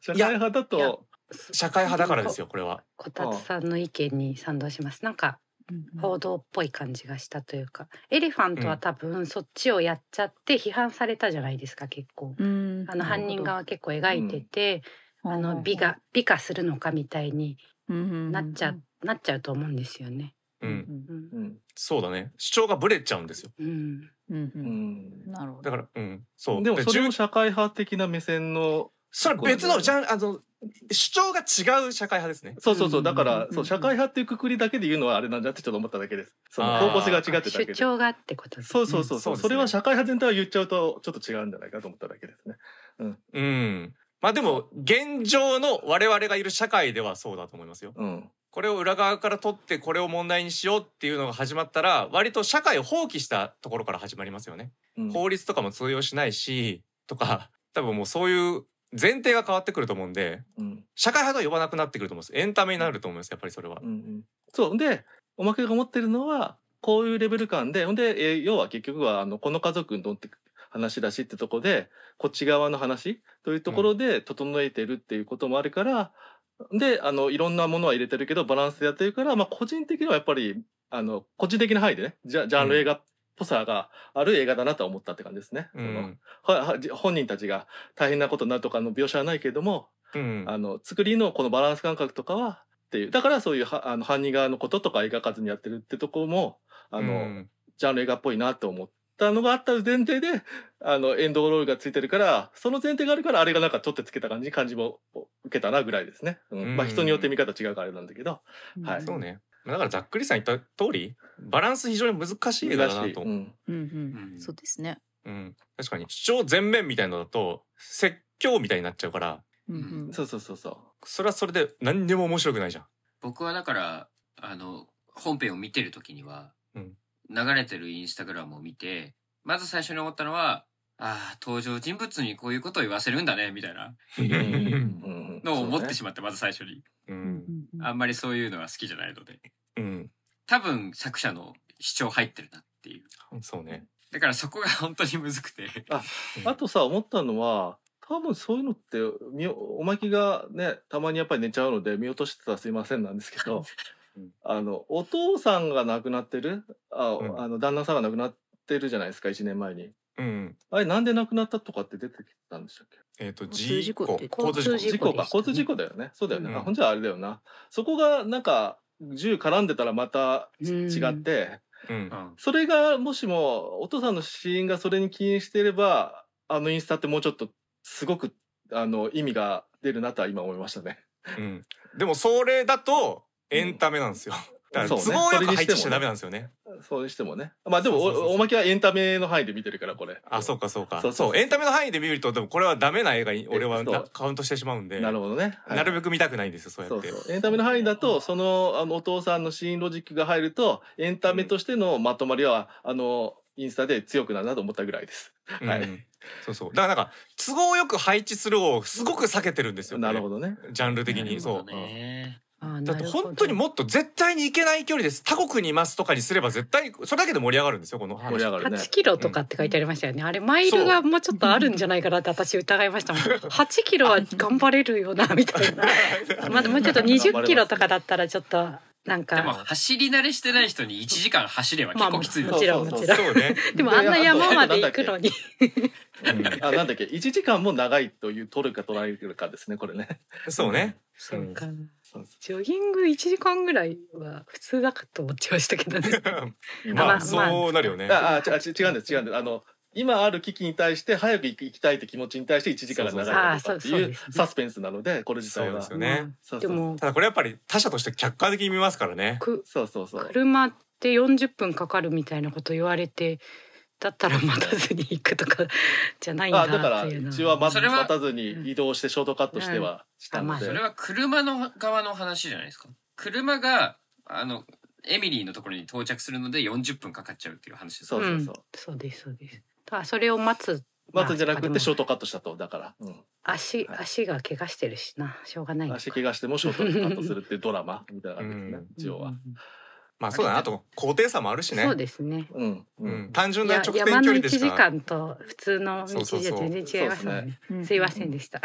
社いや会派だいやと社会派だからですよこれは。こたつさんの意見に賛同します。なんかうん報道っぽい感じがしたというか、エレファントは多分そっちをやっちゃって批判されたじゃないですか結構。うんあの犯人側結構描いてて、なあるほどの美が美化するのかみたいになっちゃ、なっちゃうと思うんですよね。ううん、うんんううんんそうだね主張がブレちゃうんですよ。うんうんううんんなるほだどからうんそう。でもそれでも社会派的な目線のそれは別のジャンあの主張が違う社会派ですね。そうそうそうだかうんうんらうんそう社会派っていうくくりだけで言うのはあれなんじゃってちょっと思っただけですそのあー方向性が違ってただけ主で張がってことですそねうそうそうそううんそうですねそれは社会派全体を言っちゃうとちょっと違うんじゃないかと思っただけですねうん。まあでも現状の我々がいる社会ではそうだと思いますよ。うんこれを裏側から取ってこれを問題にしようっていうのが始まったら割と社会を放棄したところから始まりますよね。うん法律とかも通用しないしとか多分もうそういう前提が変わってくると思うんでうん社会派とは呼ばなくなってくると思うんです。エンタメになると思いますやっぱりそれはう。んうんそうでおまけが持ってるのはこういうレベル感でほんで、えー要は結局はあのこの家族のって話だしってとこでこっち側の話というところで整えてるっていうこともあるから、であのいろんなものは入れてるけどバランスでやってるから、まあ、個人的にはやっぱりあの個人的な範囲でねジャジャンル映画っぽさがある映画だなとは思ったって感じですね。うそのん。ははじ本人たちが大変なことになるとかの描写はないけれどもうん。あの作りのこのバランス感覚とかはっていうだからそういうはあの犯人側のこととか描かずにやってるってとこもあの、うんジャンル映画っぽいなと思ったのがあった前提であのエンドロールがついてるからその前提があるからあれがなんか取ってつけた感じ感じもお受けたなぐらいですね、うんうんまあ人によって見方違うからあれなんだけどはいそうね。だからざっくりさん言った通りバランス非常に難しい映画だなとうんうんううんんそうですねうん、確かに主張全面みたいのだと説教みたいになっちゃうからうんううんんそうそうそう そう。それはそれで何にも面白くないじゃん。僕はだからあの本編を見てる時には、うん流れてるインスタグラムを見てまず最初に思ったのはああ登場人物にこういうことを言わせるんだねみたいなうんうんのを思ってしまって、まず最初にううんんうんあんまりそういうのは好きじゃないのでうん多分作者の主張入ってるなっていうそうね。だからそこが本当にむずくてそうねあとさ思ったのは多分そういうのって見よおまきがねたまにやっぱり寝ちゃうので見落としてたらすいませんなんですけどうんあのお父さんが亡くなってるあ、うんあの旦那さんが亡くなってるじゃないですか1年前に。うん。あれなんで亡くなったとかって出てきたんでしたっけえっ、と交通事故って交通事故交通事故かでし交通事故たねだよねそうだよね、うんあほんじゃあれだよなそこがなんか銃絡んでたらまたうん違って、うんうんそれがもしもお父さんの死因がそれに起因していればあのインスタってもうちょっとすごくあの意味が出るなとは今思いましたね。うん。でもそれだとエンタメなんですよ。だから都合よく配置しちゃダメなんですよね。そうにしてもね。まあでもそうそうそうそうおおまけはエンタメの範囲で見てるからこれ。あ、そうかそうか。そそううそうそうエンタメの範囲で見るとでもこれはダメな映画に俺はなそうカウントしてしまうんで。なるほどね。はいなるべく見たくないんですよそうやそっうて。そうエンタメの範囲だとそのあのお父さんの死因ロジックが入るとエンタメとしてのまとまりは、あのインスタで強くなるなと思ったぐらいです。うんはいそうそう。だからなんか都合よく配置するをすごく避けてるんですよ、なるほど。どね。ジャンル的なにるほそどう。ねあだって本当にももっと絶対に行けない距離です他国にいますとかにすれば絶対それだけで盛り上がるんですよこの話盛り上がるね。 8キロとかって書いてありましたよね、あれマイルがもうちょっとあるんじゃないかなって私疑いましたもん8キロは頑張れるよなみたいなまだもうちょっと20キロとかだったらちょっとな んでもか走り慣れしてない人に1時間走れば結構きついまの、あもちろんもちろんそうね、でもあんな山まで行くのにうあなんだっけ1時間も長いという取るか取られるかですねこれね。んそうねそそううかそうそジョギング1時間ぐらいは普通だかと思っちゃいましたけどねうままああそうなるよねああちあち違うんです違うんですあの今ある危機に対して早く行く行きたいって気持ちに対して1時間が長いとかってそうそうそうあーそうそういでうすねサスペンスなのでこれ自体はそうよねまあでもただこれやっぱり他者として客観的に見ますからねくそうそうそう車って40分かかるみたいなこと言われてだったら待たずに行くとかじゃないんだあってだからいうのうちは待それは待たずに移動してショートカットしてはしたのうんで、それは車の側の話じゃないですか車があのエミリーのところに到着するので40分かかっちゃうっていう話ですそうそうそう、そうですそうですだからそれを待つ待つんじゃなくまあてショートカットしたとだから、うん、足はい足が怪我してるしなしょうがないのか足怪我してもショートカットするっていうドラマみたいな感じですね、うん一応は、まあそうだなあと高低差もあるしねそうですねうんううんん、単純いなや直線距山の離1でし時か間と普通の道そうじそゃうそう全然違いますもそうんでねうんすいませんでした、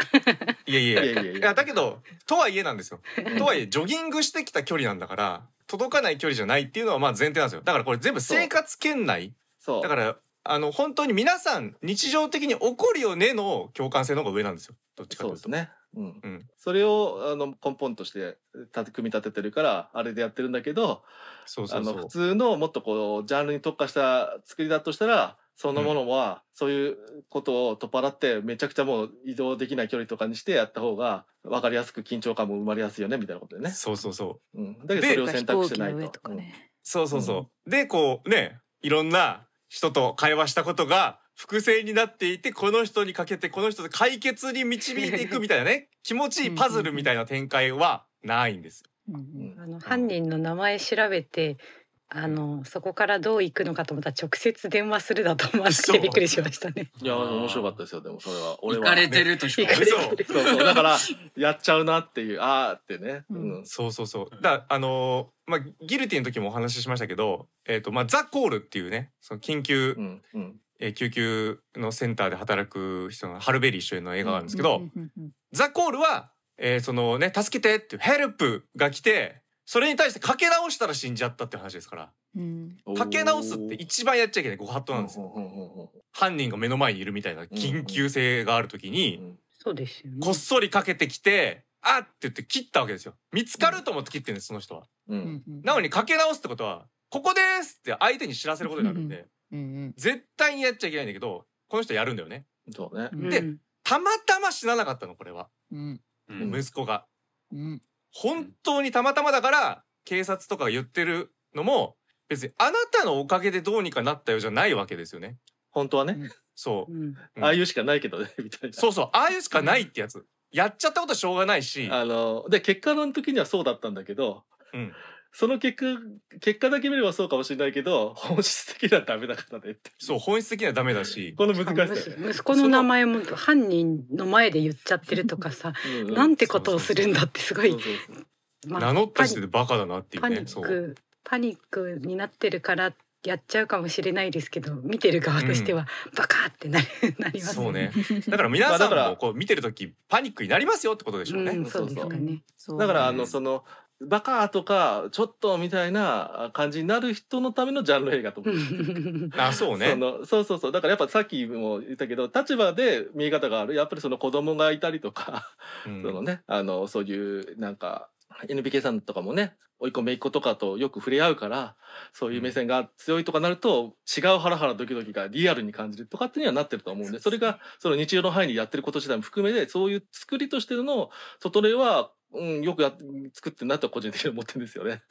いやいいややいいやいやいやだけどとはいえなんですよとはいえジョギングしてきた距離なんだから届かない距離じゃないっていうのはまあ前提なんですよだからこれ全部生活圏内そうだからあの本当に皆さん日常的に起こるよねの共感性の方が上なんですよどっちかそといううでとすね。うんうんそれをあの根本としてた組み立ててるからあれでやってるんだけどそうそうあのそ普う通のもっとこうジャンルに特化した作りだとしたらそのものは、そういうことを取っ払ってめちゃくちゃもう移動できない距離とかにしてやった方が分かりやすく緊張感も生まれやすいよねみたいなことでね、そうそうそううん、だけどそれを選択してない飛行機と。の上とかね。そうそうそう。で、こうね、いろんな人と会話したことが複製になっていて、この人にかけて、この人で解決に導いていくみたいな ね、気持ちいいパズルみたいな展開はないんです うよ。んううんんあの犯人の名前調べてあのそこからどう行くのかと思ったら直接電話するだと思わなくそうてびっくりしましたねいや面白かったですよでもそれは俺行は。かれてるとしか行かれそうてるそうそうだからやっちゃうなっていうあーってね。ううんんそうそうそう。だ、あのーまあ、ギルティの時もお話ししましたけど、えっ、と、まあ、ザ・コールっていうね、その緊急、うんうんえー救急のセンターで働く人のハルベリー主演の映画があるんですけど、うんうんうんザ・コールは、えーそのね、助けてっていうヘルプが来て、それに対してかけ直したら死んじゃったって話ですから。うんかけ直すって一番やっちゃいけないご法度なんですよ。うんうんうんうん犯人が目の前にいるみたいな緊急性がある時うにんそうですよねこっそりかけてきてあっって言って切ったわけですよ。見つかると思って切ってるんですその人は。ううんんうんなのにかけ直すってことはここですって相手に知らせることになるんでうん絶対にやっちゃいけないんだけどこの人やるんだよね。そうね。うんでうんたまたま死ななかったのこれはうんうん息子が。うん本当にたまたまだから警察とかが言ってるのも別にあなたのおかげでどうにかなったよじゃないわけですよね。本当はね。そうう。んうんああいうしかないけどね、みたいな。そうそうああいうしかないってやつやっちゃったことはしょうがないしあの、で、結果の時にはそうだったんだけど、うんその結果、結果だけ見ればそうかもしれないけど、 本質的にはダメだからねって。そう本質的にはダメだしこの難しさ。息子の名前も犯人の前で言っちゃってるとかさ、うんうんなんてことをするんだってすごそういそう、そうまあ名乗った時点でバカだなっていうパニねッそうクパニックになってるからやっちゃうかもしれないですけど見てる側としてはバカってな,、なりますそうねだから皆まさあだからんもこう見てる時パニックになりますよってことでしょうね、うん、そうですかね。そうだから、あうんの、その、バカとか、ちょっとみたいな感じになる人のためのジャンル映画と思う。あそうねそのそうそうそうだからやっぱさっきも言ったけど立場で見え方があるやっぱりその子供がいたりとか、うんそのねあのそういうなんか NPK さんとかもね追い込めっ子とかとよく触れ合うからそういう目線が強いとかなると、違うハラハラドキドキがリアルに感じるとかってにはなってると思うんでそれがその日常の範囲でやってること自体も含めてそういう作りとしての整えは、うん、よくやっ作ってるなと個人的に思ってるんですよね。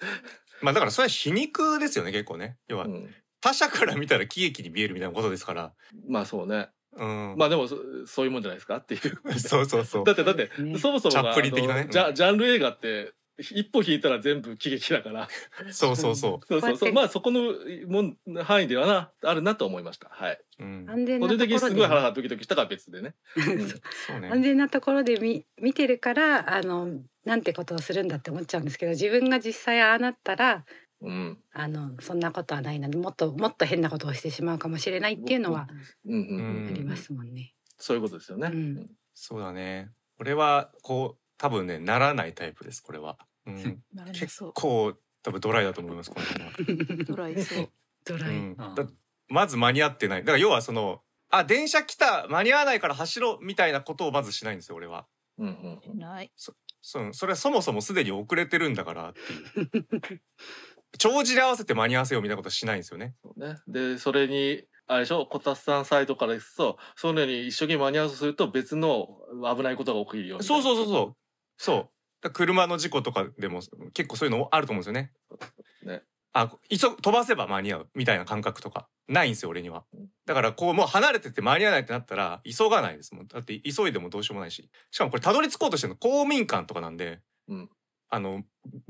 まあだからそれは皮肉ですよね結構ね要はうん、他者から見たら喜劇に見えるみたいなことですからまあそうねうん、まあでもそそういうもんじゃないですかっていう。 そうそうそうだってだってねそもそもがチャップリン的なねあのジャジャンル映画って一歩引いたら全部喜劇だからそうそうそそうそうこうそやってうまあそこのもん範囲ではなあるなと思いましたはいうん、うん、安全個な人と的こにろすでごいハラハラドキドキしたから別でねそうそうね安全なところで見見てるからあのなんてことをするんだって思っちゃうんですけど自分が実際ああなったらうんあのそんなことはないなもっともっと変なことをしてしまうかもしれないっていうのはうんうん、うんありますもんね。そういうことですよね、うんそうだねこれはこう多分ねならないタイプですこれは、うん、なる結そう構多分ドライだと思いますこの辺はドライそうドライ、うんうんだまず間に合ってないだから要はそのあ電車来た間に合わないから走ろうみたいなことをまずしないんですよ俺はうんうんうんないそそれはそもそもすでに遅れてるんだからっていう帳尻合わせて間に合わせようみたいなことはしないんですよねそうねでそれにあれでしょこたつさんサイドからですとそういうのに一生懸命間に合わせすると別の危ないことが起きるよみたいそうなそうそうそうそうだから車の事故とかでも結構そういうのあると思うんですよねねあ急飛ばせば間に合うみたいな感覚とかないんですよ俺にはだからこうもう離れてて間に合わないってなったら急がないですもんだって急いでもどうしようもないししかもこれたどり着こうとしてるの公民館とかなんで、うんあの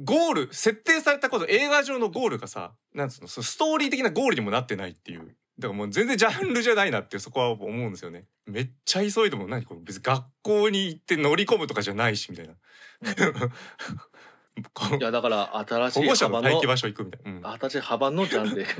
ゴール設定されたこと映画上のゴールがさなんつうのそのストーリー的なゴールにもなってないっていうだからもう全然ジャンルじゃないなっていうそこは思うんですよねめっちゃ急いでも何これ別に学校に行って乗り込むとかじゃないしみたいな こいやだから新し保い護者幅のの待機場所行くみたいな、 新しい幅のジャンル映画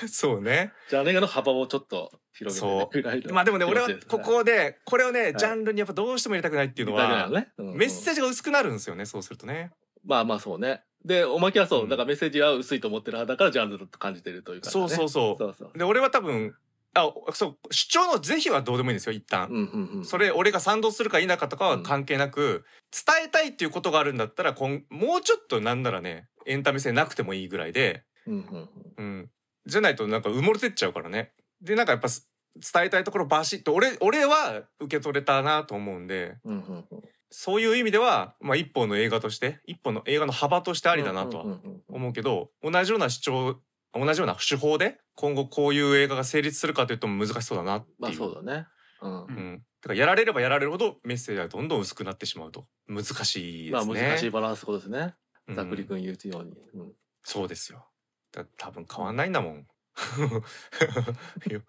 うん、そうねジャンル映画の幅をちょっと広げてねそうぐらいのまあでもね、気持俺ちはですここで、これをね、いジャンルにやっぱどうしても入れたくないっていうのは、ねうんうんメッセージが薄くなるんですよね、そうするとね。まあまあそうね。で、おまけはそう、うんだからメッセージは薄いと思ってる派だからジャンルだと感じてるというか、ね。そうそうそそうそうう。。で、俺は多分、あ、そう、主張の是非はどうでもいいんですよ、一旦う。んうんうん。それ、俺が賛同するか否かとかは関係なく、伝えたいっていうことがあるんだったら、こんもうちょっとなんならね、エンタメ性なくてもいいぐらいで、うんうんうん。うん。じゃないとなんか埋もれてっちゃうからね。で、なんかやっぱす伝えたいところバシッと、俺、俺は受け取れたなと思うんで、うんうんうん。そういう意味では、まあ、一本の映画として、一本の映画の幅としてありだなとはうんうんうん思うけど、同じような主張、同じような手法で、今後こういう映画が成立するかというと難しそうだなっていう。まあそうだね。うん。うん。てか、やられればやられるほどメッセージはどんどん薄くなってしまうと。難しいでまあすね。難しいバランスことですね。うんざっくり君言うように。うんそうですよ。だ多分変わんないん だもん。いや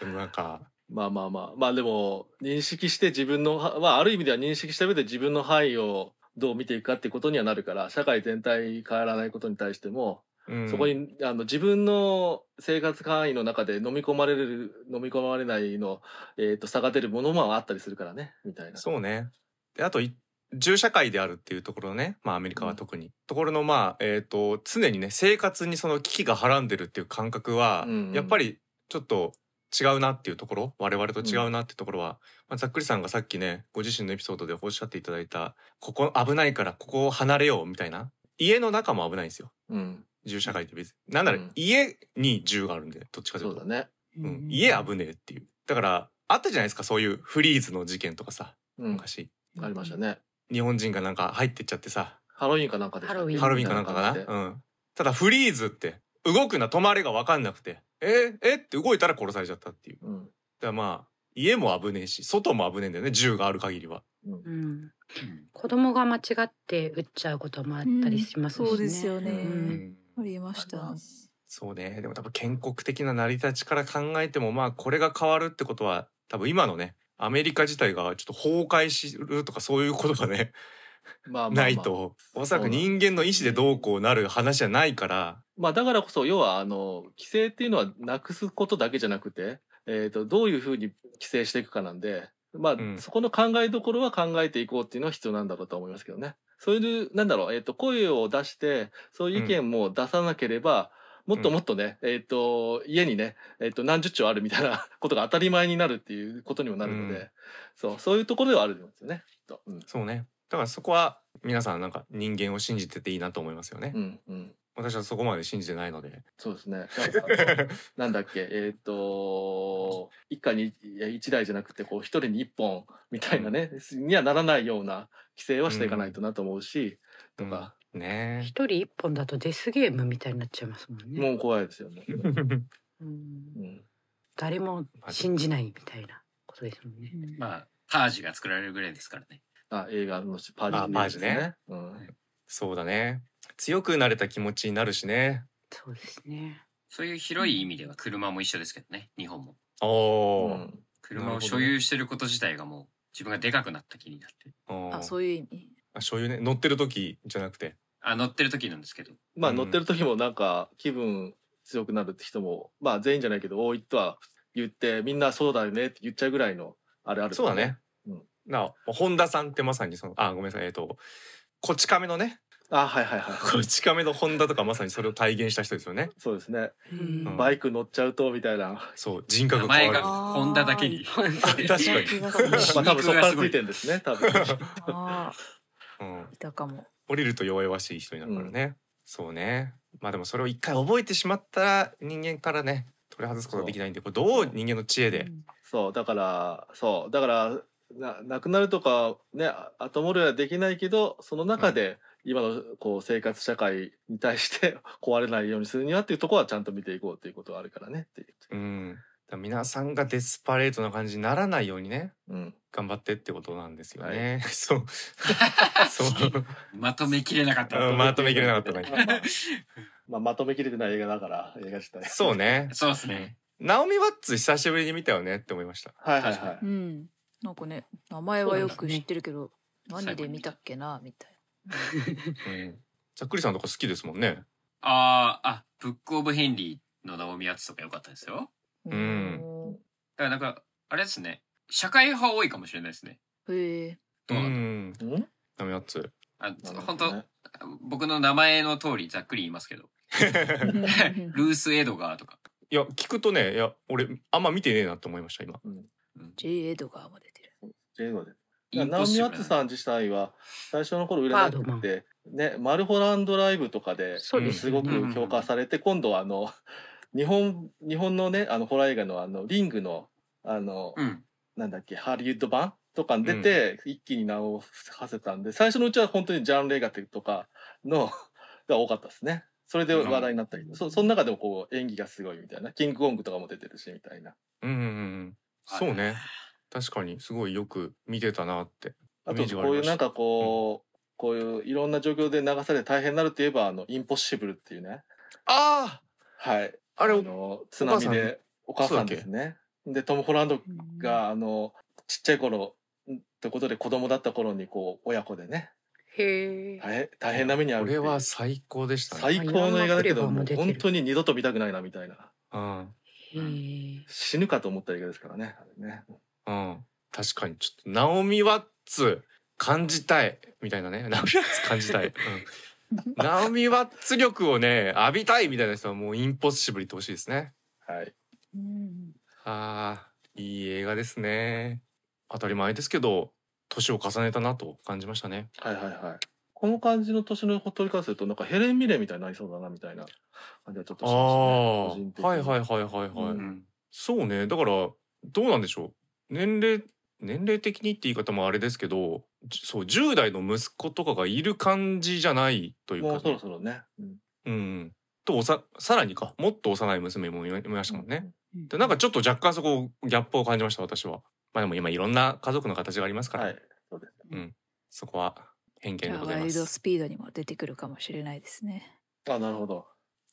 でもなんか、まあまあまあ。まあでも、認識して自分のは、まあある意味では認識した上で自分の範囲をどう見ていくかってことにはなるから、社会全体変わらないことに対しても、うんそこにあの自分の生活範囲の中で飲み込まれる飲み込まれないの、えー、と差が出るものもあったりするからねみたいな。そうね。であとい銃社会であるっていうところね、まあアメリカは特に、ところのまあえっ、と常にね生活にその危機がはらんでるっていう感覚は、うんうんやっぱりちょっと違うなっていうところ我々と違うなっていうところは、まあ、ざっくりさんがさっきねご自身のエピソードでおっしゃっていただいたここ危ないからここを離れようみたいな家の中も危ないんですようん、銃社会って別になんならうん家に銃があるんでどっちかといそううとだね。うん、家危ねえっていうだからあったじゃないですかそういうフリーズの事件とかさうん、昔、ありましたね。日本人がなんか入ってっちゃってさハロウィンかなんかでしたっけハロウィンハロウィンかなんかかな、ううん、ただフリーズって動くな止まれが分かんなくてえー、えーって動いたら殺されちゃったっていううんからまあ、家も危ねえし、外も危ねえんだよね、銃がある限りは。 うん、うん子供が間違って撃っちゃうこともあったりしますしね、そうですよね。ううんんありましたね。そうね。でも多分建国的な成り立ちから考えても、まあこれが変わるってことは、多分今のね、アメリカ自体がちょっと崩壊しるとかそういうことがね、まあまあまあないと、おそらく人間の意思でどうこうなる話じゃないから、まあだからこそ要はあの規制っていうのはなくすことだけじゃなくて、えー、とどういうふうに規制していくかなんで、まあんそこの考えどころは考えていこうっていうのは必要なんだろうと思いますけどね。そういうなんだろう、えー、と声を出してそういう意見も出さなければ、もっともっとね、えっ、と、家にね、えっ、と、何十兆あるみたいな ことが当たり前になるっていうことにもなるので、うんそう、そういうところではあるんですよね、きっと。うん。そうね。だからそこは皆さんなんか人間を信じてていいなと思いますよね。うん。うん。私はそこまで信じてないので。そうですね。なんかなんだっけ、えっ、と、一家にいや一台じゃなくて、こう、一人に一本みたいなね、にはならないような規制はしていかないとなと思うし、とか、 ね一人一本だとデスゲームみたいになっちゃいますもんね。もう怖いですよね。え。うんうん、誰も信じないみたいなことですもんね。うんまあパージが作られるぐらいですからね。あ、映画のパーあジパージね。うん。そうだね。強くなれた気持ちになるしね。そうですね。そういう広い意味では車も一緒ですけどね日本も。おうー。ん車を所有してること自体がもう自分がでかくなった気になってるおーあそういう意味。あ所有ね。乗ってる時じゃなくて。あ乗ってる時なんですけどまあ、うん乗ってる時もなんか気分強くなるって人も、まあ、全員じゃないけど、多いとは言って、みんなそうだよねって言っちゃうぐらいの、あれある、そうだね。。うんなあ、本田さんってまさにその、あ、ごめんなさい、えっ、と、こち亀のね、あ、はいはいはい。こち亀の本田とかまさにそれを体現した人ですよね。そうですね。んうんバイク乗っちゃうと、みたいな。そう、人名格が前変わがる。ホンダだけにあー確かに 気がするまあ多分そこからついてんですね、多分。ああうん、いたかも。降りると弱々しい人になるからね。そうね。まあでもそれを一回覚えてしまったら人間からね、取り外すことはできないんで、これどう人間の知恵で。そう、だから、そう、だから、な、なくなるとか、ね、後戻りはできないけど、その中で、今の、こう、生活社会に対して 壊れないようにするにはっていうところはちゃんと見ていこうっていうことはあるからねっていう。うん。だから皆さんがデスパレートな感じにならないようにね、うん。頑張ってってことなんですよね。 そう。そう。 まとめきれなかったうんまとめきれなかったね。 まあ、まとめきれてない映画だから、映画自体。そうね。そうですねナオミ・ワッツ久しぶりに見たよねって思いました。はいはいはうい。ん。なんかね名前はよく知ってるけど、何で見たっけなみたいうん。ざっくりさんとか好きですもんね。あーあブックオブヘンリーのナオミアツとか良かったですよな。うんだからなんかあれですね社会派多いかもしれないですねうん。へえ。う。どうなんだろうんうんなるナオミ・ワッツ。あほどね本当、僕の名前の通りざっくり言いますけど ルース・エドガーとか、いや、聞くとね、いや、俺、あんま見てねえなって思いました、今。うん、 J エドガーも出てる。英語で。イナオンポッミ・シワブッルツさん自体は最初の頃売れなくて、ね、マルホランドライブとかでそうですすごよくね。評価されて、今度はあの日本日本のねあのホラー映画のあのリングのあの、うんなんだっけハリウッド版とかに出て、一気に名を馳せたんで最初のうちは本当にジャンル映画とかのが多かったですね。それで話題になったり、そその中でもこう演技がすごいみたいなキングコングとかも出てるしみたいな。うんうんうん。そうね。確かに、すごいよく見てたなって。あイメとージがあこりういまうしたなんかこう、こういういろんな状況で流されて大変になるといえばあのインポッシブルっていうねあはいあああれ、の津波でお母さんですねでトム・ホランドがあのちっちゃい頃んってことで子供だった頃にこう親子でねへえ。大大変な目に遭うってい俺うは最高でしたね。最高の映画だけいどろんなもクレバーもう本出てる当に二度と見たくないなみたいなうん。へ死ぬかと思った映画ですからねあれねうん。確かに、ちょっと、ナオミ・ワッツ感じたい。みたいなね。 ナオミ・ワッツ感じたい。うん。ナオミ・ワッツ力をね、浴びたいみたいな人はもうインポッシブル言ってほしいですね。はいうん。ああ、いい映画ですね。当たり前ですけど、年を重ねたなと感じましたね。はいはいはいこの感じの年の取り方するとなんかヘレン・ミレーみたいになりそうだなみたいな感じはちょっとあしまあ、したね個人的にはいはいはいはいはい。うんそうね。だから、どうなんでしょう。年齢、年齢的にって言い方もあれですけど、じそう、10代の息子とかがいる感じじゃないというか、もうそろそろね、うんうん。とおさ、さらにか、もっと幼い娘もいまいましたもんね。うでなんかちょっと若干そこギャップを感じました私は。まあでも今いろんな家族の形がありますから、はい。そうですそこは偏見じでゃあごワざイいまルドす。スピードにも出てくるかもしれないですね。あ、なるほど。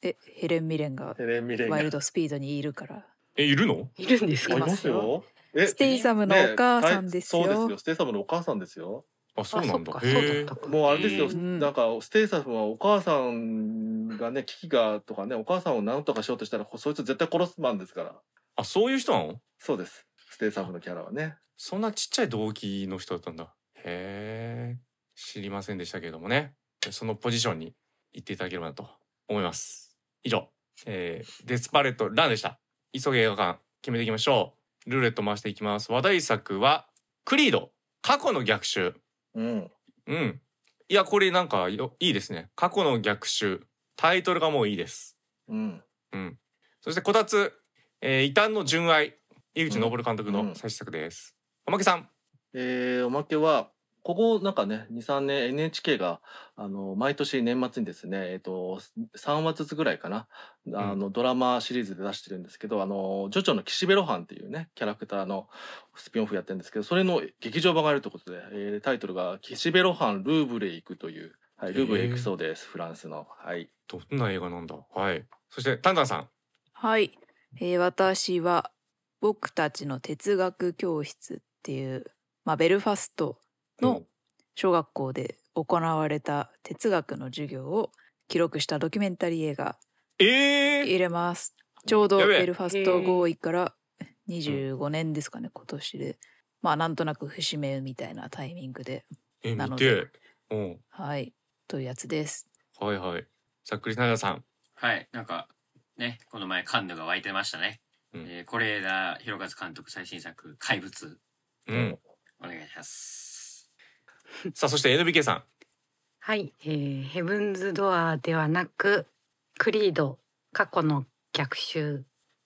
えヘレン・ミレンがヘレン・ミレンがワイルドスピードにいるから。えいるの？いるんですいかまあすいますよ。えステイサムのお母さんですよねそうですよ。ステイサムのお母さんですよ。あそうなんだ。あそっかそうだへったかもうあれですよ。うんなんかステイサムはお母さんがね危機がとかねお母さんを何とかしようとしたらそいつ絶対殺すマンですから。あそういう人なの？そうです。ステイサムのキャラはね。そんなちっちゃい動機の人だったんだ。へえ知りませんでしたけれどもね。そのポジションに行っていただければなと思います。以上、えーデスパレットランでした。急げ映画館決めていきましょう。ルーレット回していきます。話題作はクリード過去の逆襲。うん。うん。いや、これなんかよ、いいですね。過去の逆襲。タイトルがもういいです。うん。うん。そして、こたつ、えー異端の純愛。井口昇監督うんの最新作です。おまけさん。えーおまけはここなんかね23年 NHK があの毎年年末にですね、えっと3話ずつぐらいかなあの、ドラマシリーズで出してるんですけど「あのジョジョの岸辺露伴」っていうねキャラクターのスピンオフやってるんですけどそれの劇場版があるということで、えータイトルが「岸辺露伴ルーブレイク」という、はい、ルーブレイクそうですフランスの。はいどんな映画なんだはい。そして、タンタンさん。はい、えー私は「僕たちの哲学教室」っていう、まあ、ベルファストの小学校で行われた哲学の授業を記録したドキュメンタリー映画ええ入れます。ちょうどやべえベルファスト合意から25年ですかね、今年で。まあなんとなく節目みたいなタイミングで。えな見のてで。うん。はい。というやつです。はいはい。ざっくりなださん。はい、なんか、ね、この前カンヌが湧いてましたね。うんえー是枝裕和監督最新作、怪物、うん。お願いします。 さあ、そして NBK さん。はい、えーヘブンズドアーではなくクリード過去の逆襲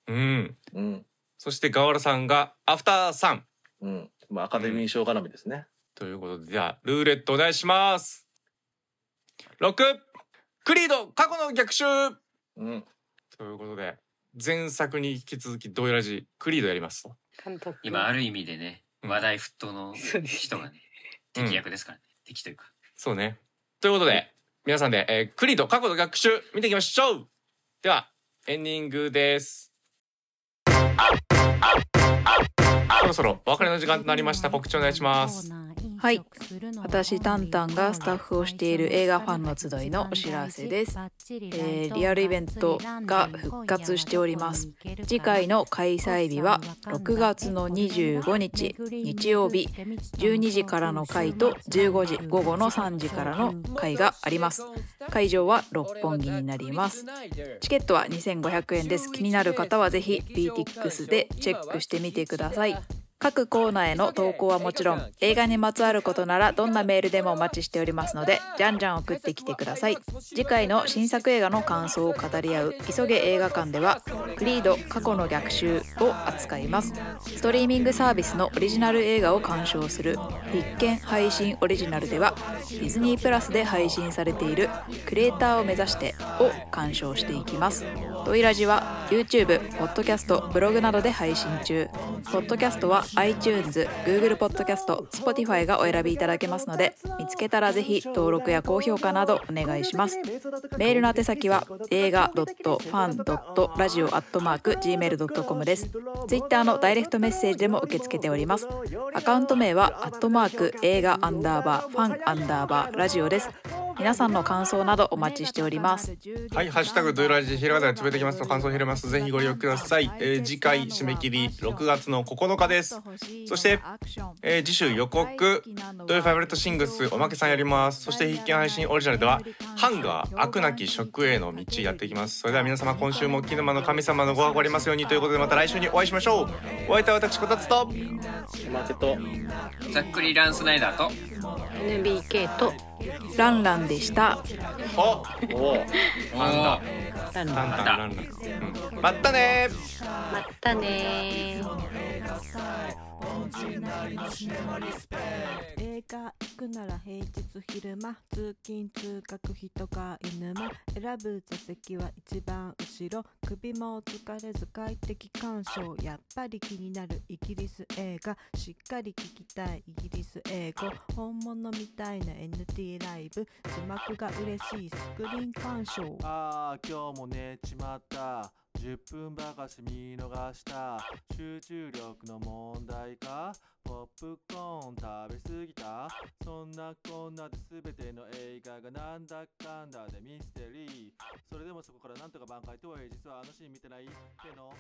うん。うんそして、ガワラさんが、アフターさん。うんまあ、アカデミー賞絡みですね。ということで、じゃあ、ルーレットお願いします。6! クリード過去の逆襲うんということで、前作に引き続き、ドイラジ、クリードやりますと。監督今、ある意味でね、うん話題沸騰のそうですね人がね、うん敵役ですからね。敵というか。そうね。ということで、皆さんで、えークリード過去の逆襲、見ていきましょうでは、エンディングです。そろそろ、お別れの時間となりました。告知お願いします。。はい私タンタンがスタッフをしている映画ファンの集いのお知らせですえーーリリアアルルイイベベンントトがが復復活活ししてておおりりまますす次次回回のの開催開催日日はは6月6月のの25 25日日日日曜曜日日12 12時時かかららのの回回とと15 15時時午午後の後の3 3時時かかららのの会回ががあありりまますす会会場場はは六六本本木木ににななりりまますすチケットは2500円です気になる方はぜひ BTX でチェックしてみてください各コーナーへの投稿はもちろん映画にまつわることならどんなメールでもお待ちしておりますのでじゃんじゃん送ってきてください次回の新作映画の感想を語り合う「急げ映画館」では「クリード過去の逆襲」を扱いますストリーミングサービスのオリジナル映画を鑑賞する必見配信オリジナルではディズニープラスで配信されている「クレーターを目指して」を鑑賞していきますドイラジは YouTube、Podcast、ブログなどで配信中 Podcast は iTunes、Google Podcast、Spotify がお選びいただけますので見つけたらぜひ登録や高評価などお願いしますメールの宛先は映画 .fan.radio.gmail.com です。ツイッターのダイレクトメッセージでも受け付けております。アカウント名は、アットマーク映画アンダーバー、ファンアンダーバー、ラジオです。皆さんの感想などお待ちしております。はい、ハッシュタグドイラジひらがなでつぶやいてきますと感想を入れます。ぜひご利用ください。えー次回締め切り6月の9日です。そして、えー次週予告、ドイファイブレットシングスおまけさんやります。そして必見配信オリジナルでは、ハンガー、悪なき食への道やっていきます。それでは皆様今週もキヌマの神様のご加護ありますようにということでまた来週にお会いしましょう。お相手は私こたつと、マーケットざっくりランスナイダーと、 NBK とランランでした。おおーなんだ、ラタンランンタンランラン。うんまったねーまたねー「人なりのシネマリスペクト映画行くなら平日昼間通勤通学人か犬間選ぶ座席は一番後ろ首も疲れず快適鑑賞やっぱり気になるイギリス映画しっかり聞きたいイギリス英語本物みたいな NT ライブ字幕が嬉しいスクリーン鑑賞ああ今日も寝ちまった10分ばかし見逃した集中力の問題かポップコーン食べ過ぎたそんなこんなで全ての映画がなんだかんだでミステリーそれでもそこからなんとか挽回とはいえ実はあのシーン見てないってのは